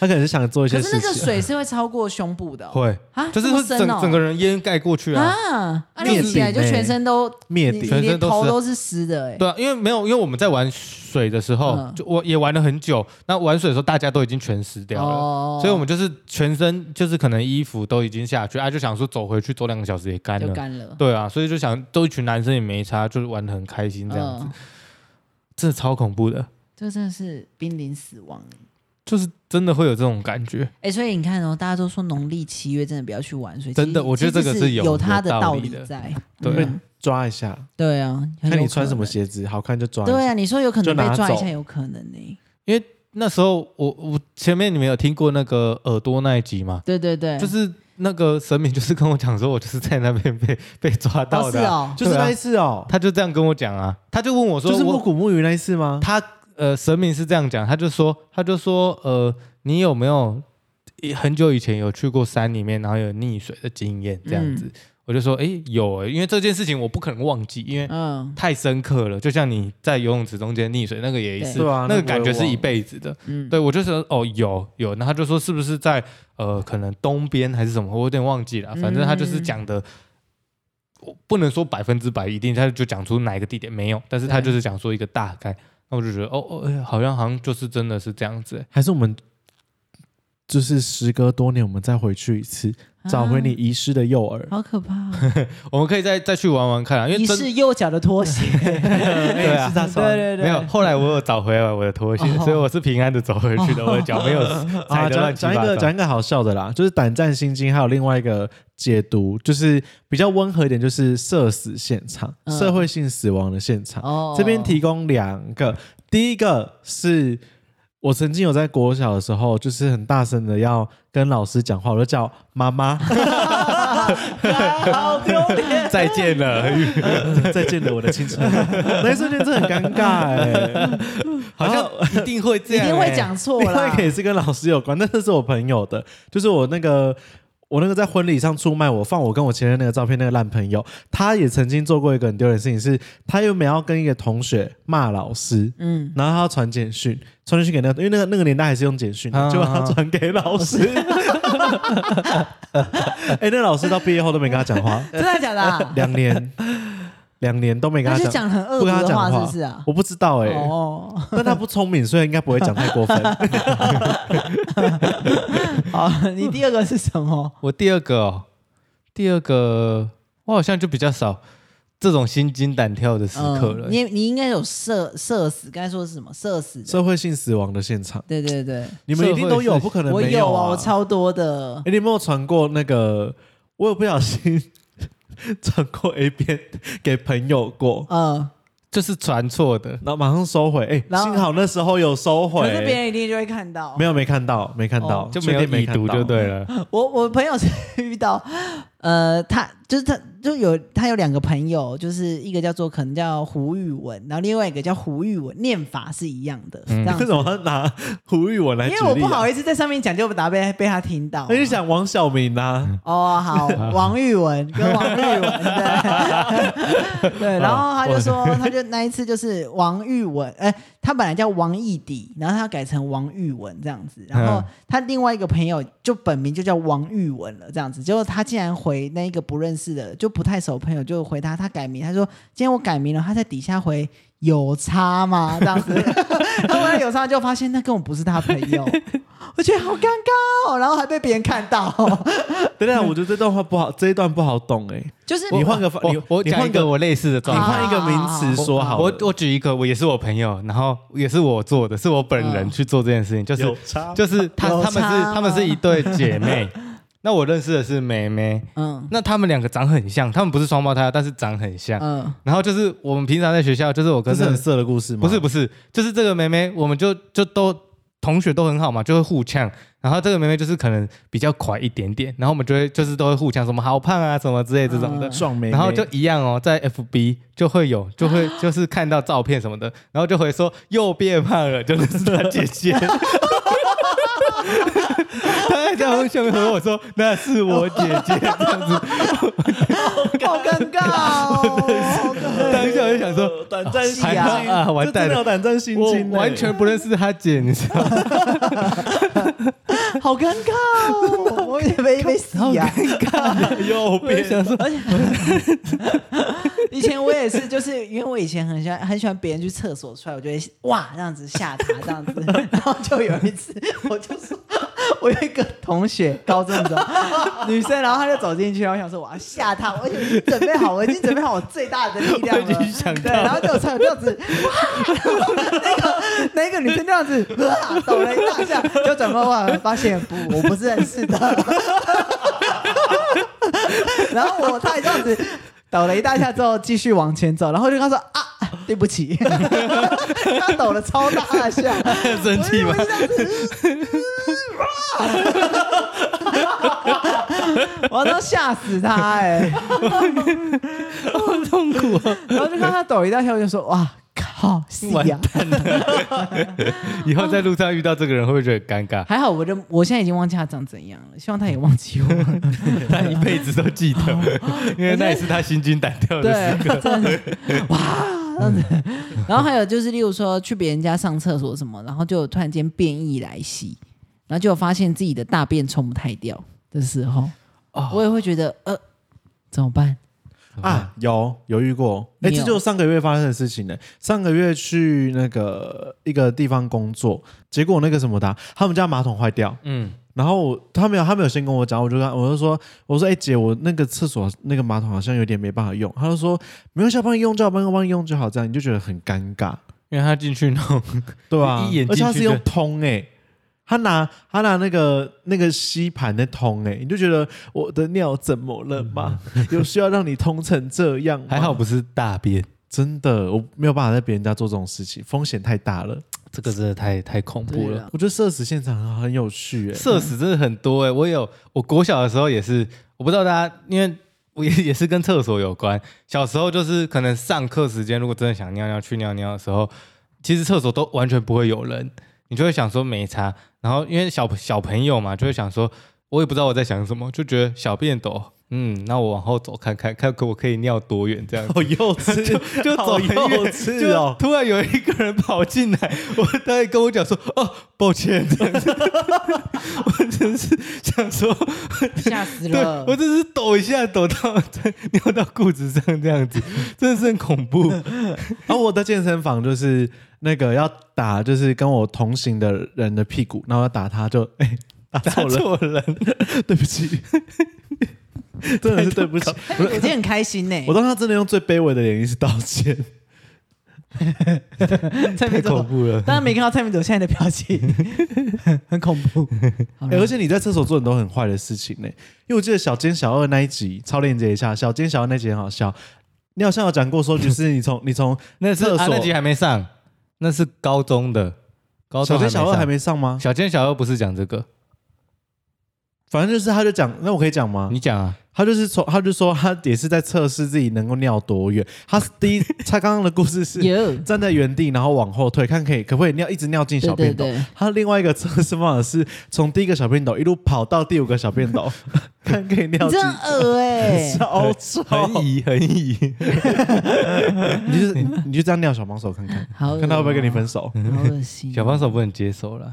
Speaker 3: 他可能是想做一些
Speaker 2: 可
Speaker 3: 事
Speaker 2: 是
Speaker 3: 情。
Speaker 2: 那个水是会超过胸部的哦
Speaker 1: 会，
Speaker 2: 啊，
Speaker 1: 就是
Speaker 2: 这么
Speaker 1: 会
Speaker 2: 深
Speaker 1: 整
Speaker 2: 哦
Speaker 1: 整个人淹盖过去啊。
Speaker 2: 啊，啊
Speaker 3: 灭
Speaker 2: 练起来就
Speaker 3: 顶欸
Speaker 2: 全身都
Speaker 3: 灭
Speaker 2: 你
Speaker 3: 顶
Speaker 1: 全
Speaker 2: 你连
Speaker 1: 身都
Speaker 2: 头
Speaker 1: 是啊
Speaker 2: 都是湿的哎，
Speaker 1: 对啊，因为没有，因为我们在玩水的时候，
Speaker 2: 嗯
Speaker 1: 就我也玩了很久。那玩水的时候，大家都已经全湿掉了，
Speaker 2: 哦
Speaker 1: 所以我们就是全身就是可能衣服都已经下去啊，就想说走回去走两个小时也干
Speaker 2: 就
Speaker 1: 了。
Speaker 2: 干了，
Speaker 1: 对啊，所以就想都一群男生也没差，就是玩的很开心这样子，
Speaker 2: 嗯，
Speaker 1: 这超恐怖的，
Speaker 2: 这真的是濒临死亡欸
Speaker 1: 就是真的会有这种感觉。
Speaker 2: 哎、所以你看哦，大家都说农历七月真的不要去玩水，
Speaker 1: 真的
Speaker 2: 其实
Speaker 1: 我觉得
Speaker 2: 其实
Speaker 1: 这个
Speaker 2: 是
Speaker 1: 是有
Speaker 2: 它
Speaker 1: 有道
Speaker 2: 道
Speaker 1: 理
Speaker 2: 理
Speaker 1: 的
Speaker 2: 在。
Speaker 1: 对
Speaker 2: 嗯
Speaker 3: 抓一下，
Speaker 2: 对啊，很
Speaker 3: 看
Speaker 2: 有
Speaker 3: 你
Speaker 2: 可
Speaker 3: 穿什么
Speaker 2: 能。
Speaker 3: 鞋子，好看就抓一下。
Speaker 2: 对啊，你说有可
Speaker 3: 就
Speaker 2: 能
Speaker 3: 拿
Speaker 2: 被抓一
Speaker 3: 走
Speaker 2: 下，有可能呢、
Speaker 1: 那时候我我前面你们有听过那个耳朵那一集吗？
Speaker 2: 对对对，
Speaker 1: 就是那个神明就是跟我讲说，我就是在那边被被抓到
Speaker 2: 哦是
Speaker 1: 的啊、
Speaker 2: 哦，
Speaker 3: 就是那一次哦，
Speaker 1: 他就这样跟我讲啊，他就问我说，
Speaker 3: 就是摸
Speaker 1: 我
Speaker 3: 古摸鱼那一次吗？
Speaker 1: 他呃神明是这样讲，他就说他就说呃你有没有很久以前有去过山里面，然后有溺水的经验这样子？嗯我就说诶有、诶因为这件事情我不可能忘记，因为
Speaker 2: 嗯
Speaker 1: 太深刻了，就像你在游泳池中间溺水那个也是，
Speaker 3: 对啊
Speaker 1: 那
Speaker 3: 那
Speaker 1: 个
Speaker 3: 不
Speaker 1: 感
Speaker 3: 会
Speaker 1: 觉是
Speaker 3: 忘
Speaker 1: 一辈子的。
Speaker 2: 嗯，
Speaker 1: 对，我就说哦，有有，那他就说是不是在呃，可能东边还是什么，我有点忘记了，反正他就是
Speaker 2: 嗯
Speaker 1: 讲的，我不能说百分之百一定，他就讲出哪一个地点没有，但是他
Speaker 2: 对
Speaker 1: 就是讲说一个大概，那我就觉得哦哦，哎好像好像就是真的是这样子、哎
Speaker 3: 还是我们就是时隔多年，我们再回去一次，找回你遗失的诱饵
Speaker 2: 啊、。好可怕、哦，
Speaker 1: 我们可以再再去玩玩看啊，因为
Speaker 2: 你
Speaker 1: 真
Speaker 2: 是右脚的
Speaker 3: [laughs]
Speaker 2: 拖鞋，
Speaker 1: [laughs] 对啊
Speaker 3: 是他穿
Speaker 2: 对对哦
Speaker 1: 没有，后来我有找回来我的拖鞋，所以我是平安的走回去的，我的脚没有踩
Speaker 3: 啊，
Speaker 1: 得乱
Speaker 3: 讲
Speaker 1: 七
Speaker 3: 讲一
Speaker 1: 八
Speaker 3: 个
Speaker 1: 糟
Speaker 3: 讲。一个好笑的啦，就是胆战心惊，还有另外一个解读，就是比较温和一点，就是社死现场，
Speaker 2: 嗯
Speaker 3: 社会性死亡的现场。
Speaker 2: 哦，
Speaker 3: 这边提供两个，第一个是我曾经有在国小的时候，就是很大声的要跟老师讲话，我就叫妈妈，
Speaker 2: 好丢
Speaker 3: [laughs]
Speaker 2: 脸，
Speaker 1: 再见了， [laughs]
Speaker 3: 再见了我的青春， [laughs] 那一瞬间真的很尴尬哎、
Speaker 1: 好像一定会这
Speaker 2: 一
Speaker 1: 样、
Speaker 2: 定会
Speaker 1: 哎
Speaker 2: 讲错
Speaker 3: 另外
Speaker 2: 啦
Speaker 3: 一个。也是跟老师有关，但这是我朋友的，就是我那个我那个在婚礼上出卖我放我跟我前任那个照片那个烂朋友，他也曾经做过一个很丢脸的事情，是他原本要跟一个同学骂老师。
Speaker 2: [laughs] 嗯，
Speaker 3: 然后他要传简讯，传简讯给那个，因为那个那个年代还是用简讯的，
Speaker 1: 啊
Speaker 3: 就把他传给老师。 [laughs] 哎、那老师到毕业后都没跟他讲话，
Speaker 2: 真的假的
Speaker 3: [laughs]
Speaker 2: 啊、
Speaker 3: 两年，两年都没跟
Speaker 2: 他就
Speaker 3: 他讲，
Speaker 2: 讲很恶毒
Speaker 3: 不跟他
Speaker 2: 的
Speaker 3: 讲
Speaker 2: 话，
Speaker 3: 话
Speaker 2: 是不是啊？
Speaker 3: 我不知道哎、
Speaker 2: 哦，
Speaker 3: [laughs] 但他不聪明，所以应该不会讲太
Speaker 2: [laughs]
Speaker 3: 过分。
Speaker 2: 好，你第二个是什么？
Speaker 3: [laughs]
Speaker 1: 我第二个、哦，第二个，我好像就比较少这种心惊胆跳的时刻了。
Speaker 2: 嗯、你你应该有社社死，刚才说的是什么社死的？
Speaker 3: 社会性死亡的现场，
Speaker 2: 对对对，
Speaker 3: 你们一定都
Speaker 1: 社会
Speaker 3: 有，
Speaker 1: 性
Speaker 3: 不可能
Speaker 2: 我
Speaker 3: 没
Speaker 2: 有哦
Speaker 3: 啊！
Speaker 2: 我超多的
Speaker 3: 哎、。你有没有传过那个？我有不小心 [laughs] 传过 A 片给朋友过，
Speaker 2: 嗯，
Speaker 1: 就是传错的，
Speaker 3: 然后马上收回。哎、
Speaker 2: 然后
Speaker 3: 幸好那时候有收回
Speaker 2: 可，是别人一定就会看到
Speaker 3: 没。有没看到，没看到，
Speaker 2: 哦
Speaker 1: 就没有
Speaker 3: 确定
Speaker 1: 已
Speaker 3: 没看
Speaker 1: 读
Speaker 3: 到
Speaker 1: 就对。了。
Speaker 2: 我我朋友是遇到，呃，他就是他就有他有两个朋友，就是一个叫做可能叫胡玉文，然后另外一个叫胡玉文，念法是一样的，这样
Speaker 3: [laughs] 为
Speaker 2: 子。
Speaker 3: 什么要拿胡玉文来
Speaker 2: 因
Speaker 3: 举例、
Speaker 2: 为
Speaker 3: 啊？
Speaker 2: 我不好意啊思在上面讲，就打被被他听到嘛。
Speaker 3: 那就想王晓明
Speaker 1: [laughs]
Speaker 3: 啊，
Speaker 2: 哦，好，王玉文跟王玉文，对对，然后他就说，他就那一次就是王玉文，哎、他本来叫王义迪，然后他改成王玉文这样子，然后
Speaker 1: 嗯
Speaker 2: 他另外一个朋友就本名就叫王玉文了，这样子，结果他竟然回那一个不认识的，就不太熟的朋友就回他，他改名，他说今天我改名了，他在底下回。有差吗？这样子， [laughs] 他回来有差就发现那根本不是他朋友，我觉得好尴尬哦，然后还被别人看到，
Speaker 3: 等等，我觉得这段话不好，这一段不好懂哎、
Speaker 2: 就是
Speaker 3: 你换个方，你
Speaker 1: 我我
Speaker 3: 你
Speaker 1: 讲
Speaker 3: 换
Speaker 1: 一个
Speaker 3: 个，
Speaker 1: 我类似的
Speaker 3: 你
Speaker 1: 状况。
Speaker 3: 换一个名词说好了。
Speaker 1: 我我举一个，我也是我朋友，然后也是我做的，是我本人
Speaker 2: 嗯
Speaker 1: 去做这件事情，就是
Speaker 3: 有差吗
Speaker 1: 就是他
Speaker 2: 有
Speaker 1: 他们
Speaker 2: 差吗
Speaker 1: 是他们是一对姐
Speaker 2: [laughs]
Speaker 1: 妹，那我认识的是妹妹，
Speaker 2: 嗯
Speaker 1: 那她们两个长很像，她们不是双胞胎，但是长很像。
Speaker 2: 嗯
Speaker 1: 然后就是我们平常在学校，就是我
Speaker 3: 这
Speaker 1: 跟
Speaker 3: 是
Speaker 1: 这个
Speaker 3: 很色的故事吗？
Speaker 1: 不是不是，就是这个妹妹，我们就就都同学都很好嘛，就会互呛。然后这个妹妹就是可能比较快一点点，然后我们就会就是都会互呛什么好胖啊什么之类这种的。
Speaker 2: 嗯
Speaker 3: 撞眉，
Speaker 1: 然后就一样哦，在 FB 就会有，就会就是看到照片什么的，然后就会说又变胖了，就是她姐姐。他还在下面和我说那是我姐姐这样子，
Speaker 2: [laughs] 好尴尬 [laughs] 哦！
Speaker 1: 当下我就想说，
Speaker 3: 短暂心
Speaker 2: 还好
Speaker 1: 啊完蛋了
Speaker 3: 这真的有短暂心
Speaker 1: 我
Speaker 3: 经呢，
Speaker 1: 完全不认识他姐，你知道吗？
Speaker 2: 好尴尬哦！我也被被死呀！
Speaker 3: 右
Speaker 1: 我就
Speaker 3: 边。
Speaker 1: 想说，
Speaker 2: 哦 [laughs] 以前我也是，就是因为我以前很喜欢很喜欢别人去厕所出来，我就会哇这样子吓他这 [laughs] 样子，然后就有一次我就说，我有一个同学高中的时候 [laughs] 女生，然后她就走进去，然后我想说我要吓她，我已经准备好，我已经准备好我最大的力量了，
Speaker 1: 我已经想到
Speaker 2: 对，然后就出来这样子，哇，那个那个女生这样子哇抖了一大下，就转过来发现不，我不是认识的。 [laughs] 然后我他也这样子抖了一大下之后，继续往前走，然后就跟他说啊，对不起， [laughs] 他抖了超大下，
Speaker 3: 生气吗
Speaker 2: 我就这样子？嗯啊我要吓死他哎、好痛 [laughs] 苦、然后就看他抖一大下，我就说哇靠，是啊
Speaker 1: 完
Speaker 2: 呀、
Speaker 1: [laughs] 以后在路上遇到这个人会不会觉得很尴 [laughs] 尬？
Speaker 2: 还好我就我现在已经忘记他长怎样了，希望他也忘记我。
Speaker 1: 他一辈子都记得， [laughs] 因为那也是他心惊胆跳的时刻。
Speaker 2: 对，真的哇，这样子。然后还有就是，例如说去别人家上厕所什么，然后就有突然间变异来袭，然后就有发现自己的大便冲不太掉的时候，我也会觉得呃怎么办？
Speaker 3: 啊，有有遇过，哎、
Speaker 2: 你有
Speaker 3: 这就是上个月发生的事情呢、上个月去那个一个地方工作，结果那个什么的啊，他们家马桶坏掉，
Speaker 1: 嗯，
Speaker 3: 然后我他没有他没有先跟我讲，我就跟他我就说我说哎、姐，我那个厕所那个马桶好像有点没办法用，他就说没关系，我啊帮你用就好，帮我帮你用就好，这样你就觉得很尴尬，
Speaker 1: 因为他进去弄，
Speaker 3: 对吧、啊？
Speaker 1: 一眼进
Speaker 3: 而
Speaker 1: 去
Speaker 3: 且
Speaker 1: 就
Speaker 3: 他是用通哎、他拿他拿那个那个吸盘在通哎、你就觉得我的尿怎么了吗？有需要让你通成这样吗？
Speaker 1: [laughs] 还好不是大便，
Speaker 3: 真的，我没有办法在别人家做这种事情，风险太大了。
Speaker 1: 这个真的太太恐怖
Speaker 2: 对
Speaker 1: 了
Speaker 2: 啊。
Speaker 3: 我觉得社死现场很很有趣、
Speaker 1: [laughs]
Speaker 3: 欸，
Speaker 1: 社死真的很多哎、我有，我国小的时候也是，我不知道大家，因为我也 [laughs] 也是跟厕所有关。小时候就是可能上课时间，如果真的想尿尿去尿尿的时候，其实厕所都完全不会有人，你就会想说没差。然后因为小小朋友嘛，就会想说，我也不知道我在想什么，就觉得小便斗，嗯，那我往后走看看，看可我可以尿多远
Speaker 3: [laughs]
Speaker 1: 这样子。
Speaker 3: 好幼稚，
Speaker 1: 就走
Speaker 3: 好
Speaker 1: 很
Speaker 3: 幼
Speaker 1: 远，
Speaker 3: 稚哦。
Speaker 1: 就突然有一个人跑进来，我他还跟我讲说：“哦，抱歉。”这样子，我真是想说，
Speaker 2: 吓死
Speaker 1: 对
Speaker 2: 了！
Speaker 1: 我真是抖一下，抖到尿到裤子上这 [laughs] 样子，真的是很恐 [laughs] 怖。
Speaker 3: 然后啊我的健身房就是那个要打，就是跟我同行的人的屁股，然后要打他就 [laughs] 哎、打
Speaker 1: 打
Speaker 3: 错了，
Speaker 1: 错人，
Speaker 3: 对不起，真的是对不起。
Speaker 2: 我今天很开心呢、
Speaker 3: 我当他真的用最卑微的脸意思道歉，
Speaker 2: 蔡
Speaker 1: 太恐
Speaker 2: 明走，
Speaker 1: 怖 [laughs] 了。
Speaker 2: 当然没看到蔡明走现在的表情，很恐怖。 [laughs] 好
Speaker 3: 欸
Speaker 2: 了
Speaker 3: 而且你在厕所做很多很坏的事情呢、因为我记得小尖小二那一集，超链接一下，小尖小二那集很好笑。你好像有讲过说，就是你从你
Speaker 2: [laughs]
Speaker 3: 从
Speaker 1: 那是
Speaker 3: 厕所
Speaker 1: 啊，那集还没上，那是高中的，
Speaker 2: 哦
Speaker 1: 高中
Speaker 3: 小尖小二还
Speaker 1: 上
Speaker 3: 没上吗？
Speaker 1: 小尖小二不是讲这个，
Speaker 3: 反正就是他就讲，那我可以讲吗？
Speaker 1: 你讲啊，
Speaker 3: 他就是从他就说他也是在测试自己能够尿多远。他是第一，他刚刚的故事是
Speaker 2: [laughs] 有
Speaker 3: 站在原地，然后往后退，看可以可不可以尿一直尿进小便斗
Speaker 2: 对对对。
Speaker 3: 他另外一个测试方法是从第一个小便斗一路跑到第五个小便斗， [laughs] 看可以尿
Speaker 2: 你
Speaker 3: 进
Speaker 2: 真。恶哎、
Speaker 3: 超丑，
Speaker 1: 很疑很 [laughs] 疑，
Speaker 3: 你就是你你就这样尿小帮手看
Speaker 1: [laughs]
Speaker 3: 看，
Speaker 2: 好恶哦
Speaker 3: 看他会不会跟你分
Speaker 1: 嗯
Speaker 3: 手。
Speaker 2: 好恶心。
Speaker 3: [laughs]
Speaker 1: 小帮手不能接受了。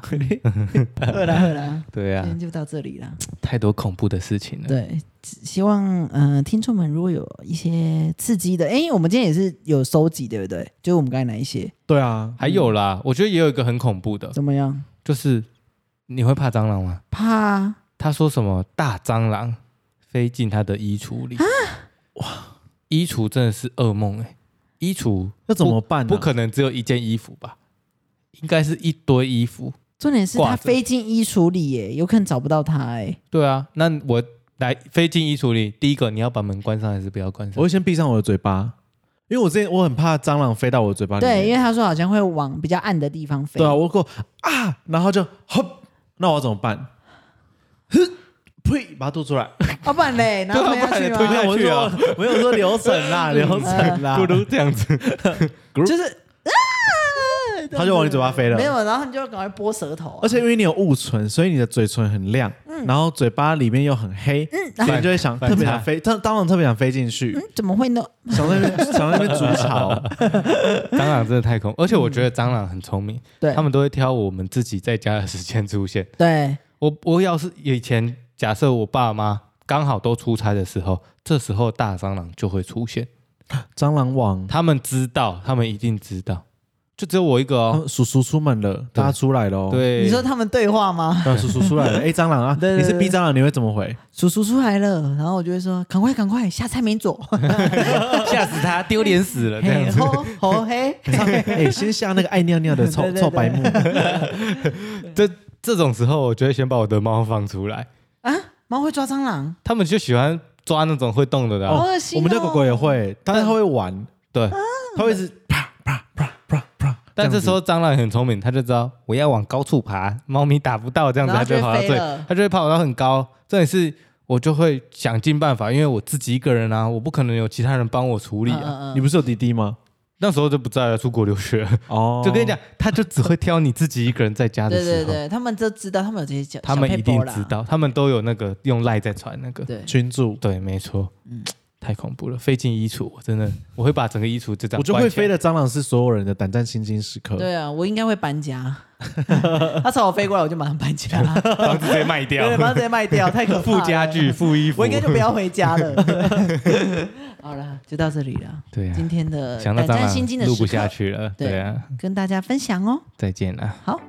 Speaker 2: 饿了 [laughs] 饿了，
Speaker 1: 对
Speaker 2: 今
Speaker 1: 啊
Speaker 2: 天，就到这里了。
Speaker 1: 太多恐怖的事情了。
Speaker 2: 对，只希望呃，听众们如果有一些刺激的，哎，我们今天也是有收集，对不对？就是我们刚才哪一些
Speaker 3: 对啊，
Speaker 1: 还有啦，我觉得也有一个很恐怖
Speaker 3: 呃
Speaker 1: 的，
Speaker 2: 怎么样？
Speaker 1: 就是你会怕蟑螂吗？
Speaker 2: 怕啊
Speaker 1: 他说什么大蟑螂飞进他的衣橱里，哇，衣橱真的是噩梦哎、衣橱
Speaker 3: 那怎么办、啊？
Speaker 1: 不，可能只有一件衣服吧？应该是一堆衣服。
Speaker 2: 重点是
Speaker 1: 挂
Speaker 2: 它
Speaker 1: 着
Speaker 2: 飞进衣橱里耶，有可能找不到它哎。
Speaker 1: 对啊，那我来飞进衣橱里，第一个你要把门关上还是不要关
Speaker 3: 我
Speaker 1: 上
Speaker 3: 会？先闭上我的嘴巴，因为我之前我很怕蟑螂飞到我的嘴巴里面。
Speaker 2: 对，因为他说好像会往比较暗的地方飞。
Speaker 3: 啊对啊，我过啊，然后就哼，那我要怎么办？哼呸，把它吐
Speaker 1: [laughs]
Speaker 3: 出来。
Speaker 2: 啊，不然
Speaker 3: [laughs]
Speaker 2: 嘞，然后推下去
Speaker 1: 对啊不然
Speaker 2: 吗
Speaker 1: 嘞？
Speaker 3: 我
Speaker 1: 去啊
Speaker 3: 说我
Speaker 1: [laughs]
Speaker 3: 有说流程啦，流程啦
Speaker 1: 咕，噜这样子，
Speaker 2: 就是啊，
Speaker 3: 它就往你嘴巴飞了。
Speaker 2: 没有，然后你就赶快拨舌头、啊
Speaker 3: 而。且因为你有雾唇，所以你的嘴唇很亮，然后嘴巴里面又很黑，所以你就会想
Speaker 1: 嗯 [laughs] 反
Speaker 3: 特别想
Speaker 1: 差
Speaker 3: 飞，当当然特别想飞进去，
Speaker 2: 嗯，怎么会呢？
Speaker 3: 想在那边想在那边筑巢。
Speaker 1: 蟑螂真的太恐怖，而且我觉得蟑螂很聪明，
Speaker 2: 对
Speaker 1: 他们都会挑我们自己在家的时间出现。
Speaker 2: 对，
Speaker 1: 我我要是以前假设我爸妈刚好都出差的时候，这时候大蟑螂就会出现。
Speaker 3: 蟑螂王，
Speaker 1: 他们知道，他们一定知道，就只有我一个哦。
Speaker 3: 哦叔叔出门了，大家出来了哦。
Speaker 1: 对，
Speaker 2: 你说他们对话吗？
Speaker 3: 啊，叔叔出来
Speaker 2: [laughs]
Speaker 3: 了，哎，蟑螂啊，
Speaker 2: 对对
Speaker 3: 你是
Speaker 2: 对
Speaker 3: B 蟑螂，你会怎么回？
Speaker 2: 叔叔出来了，然后我就会说：“赶快，赶快，下菜没左。
Speaker 1: [laughs] 吓死他，丢脸死 [laughs] 了这样
Speaker 2: 嘿，
Speaker 1: 子。
Speaker 2: 吼
Speaker 1: [laughs]
Speaker 2: 吼嘿，
Speaker 3: 哎，先下那个爱尿尿的臭
Speaker 2: [laughs] 对对对
Speaker 3: 臭白目，
Speaker 1: 这这种时候，我就会先把我的猫放出来，
Speaker 2: 啊猫会抓蟑螂，
Speaker 1: 他们就喜欢抓那种会动的的啊、
Speaker 2: 好恶心、嗯
Speaker 3: 我
Speaker 2: 哦。
Speaker 3: 们家狗狗也会，但是它会玩，
Speaker 1: 对，
Speaker 3: 它会一直啪啪啪啪啪。
Speaker 1: 但这
Speaker 3: 这样子
Speaker 1: 时候蟑螂很聪明，它就知道我要往高处爬，猫咪打不到，这样子
Speaker 2: 然
Speaker 1: 它
Speaker 2: 后
Speaker 1: 就会
Speaker 2: 就会
Speaker 1: 跑到
Speaker 2: 飞
Speaker 1: 最
Speaker 2: 了，
Speaker 1: 它就会跑到很高。重点是我就会想尽办法，因为我自己一个人啊，我不可能有其他人帮我处理啊。
Speaker 2: 嗯嗯嗯
Speaker 3: 你不是有弟弟吗？
Speaker 1: 那时候就不在了，出国留学，
Speaker 3: 哦
Speaker 1: 就跟你讲，它就只会挑你自己一个人在家的
Speaker 2: 对
Speaker 1: 时候。
Speaker 2: 对对，他们都知道，他们有这些小
Speaker 1: 他们一定。知
Speaker 2: 小配包啦
Speaker 1: 道，他们都有那个用赖在传那个。
Speaker 2: 对，嗯
Speaker 3: 群主，
Speaker 1: 对，没错，太恐怖了，飞进衣橱，我真的我会把整个衣橱就这样
Speaker 3: 我觉得会飞
Speaker 1: 的。
Speaker 3: 的蟑螂是所有人的胆战心惊时刻。
Speaker 2: 对啊，我应该会搬家。
Speaker 1: [laughs]
Speaker 2: 他朝我飞过来，我就马上搬家，
Speaker 1: 房子直接卖掉
Speaker 2: 对，，马上直接卖掉，太可怕
Speaker 1: 附
Speaker 2: 了。
Speaker 1: 家具、附衣服，
Speaker 2: 我应该就不要回
Speaker 1: [laughs]
Speaker 2: 家了。好了，就到这里了。
Speaker 1: 对啊
Speaker 2: 今天的
Speaker 1: 想到
Speaker 2: 胆
Speaker 1: 蟑
Speaker 2: 战心惊的
Speaker 1: 螂，录
Speaker 2: 时
Speaker 1: 不
Speaker 2: 刻
Speaker 1: 下去了。对啊，
Speaker 2: 跟大家分享哦。
Speaker 1: 再见啦。
Speaker 2: 好，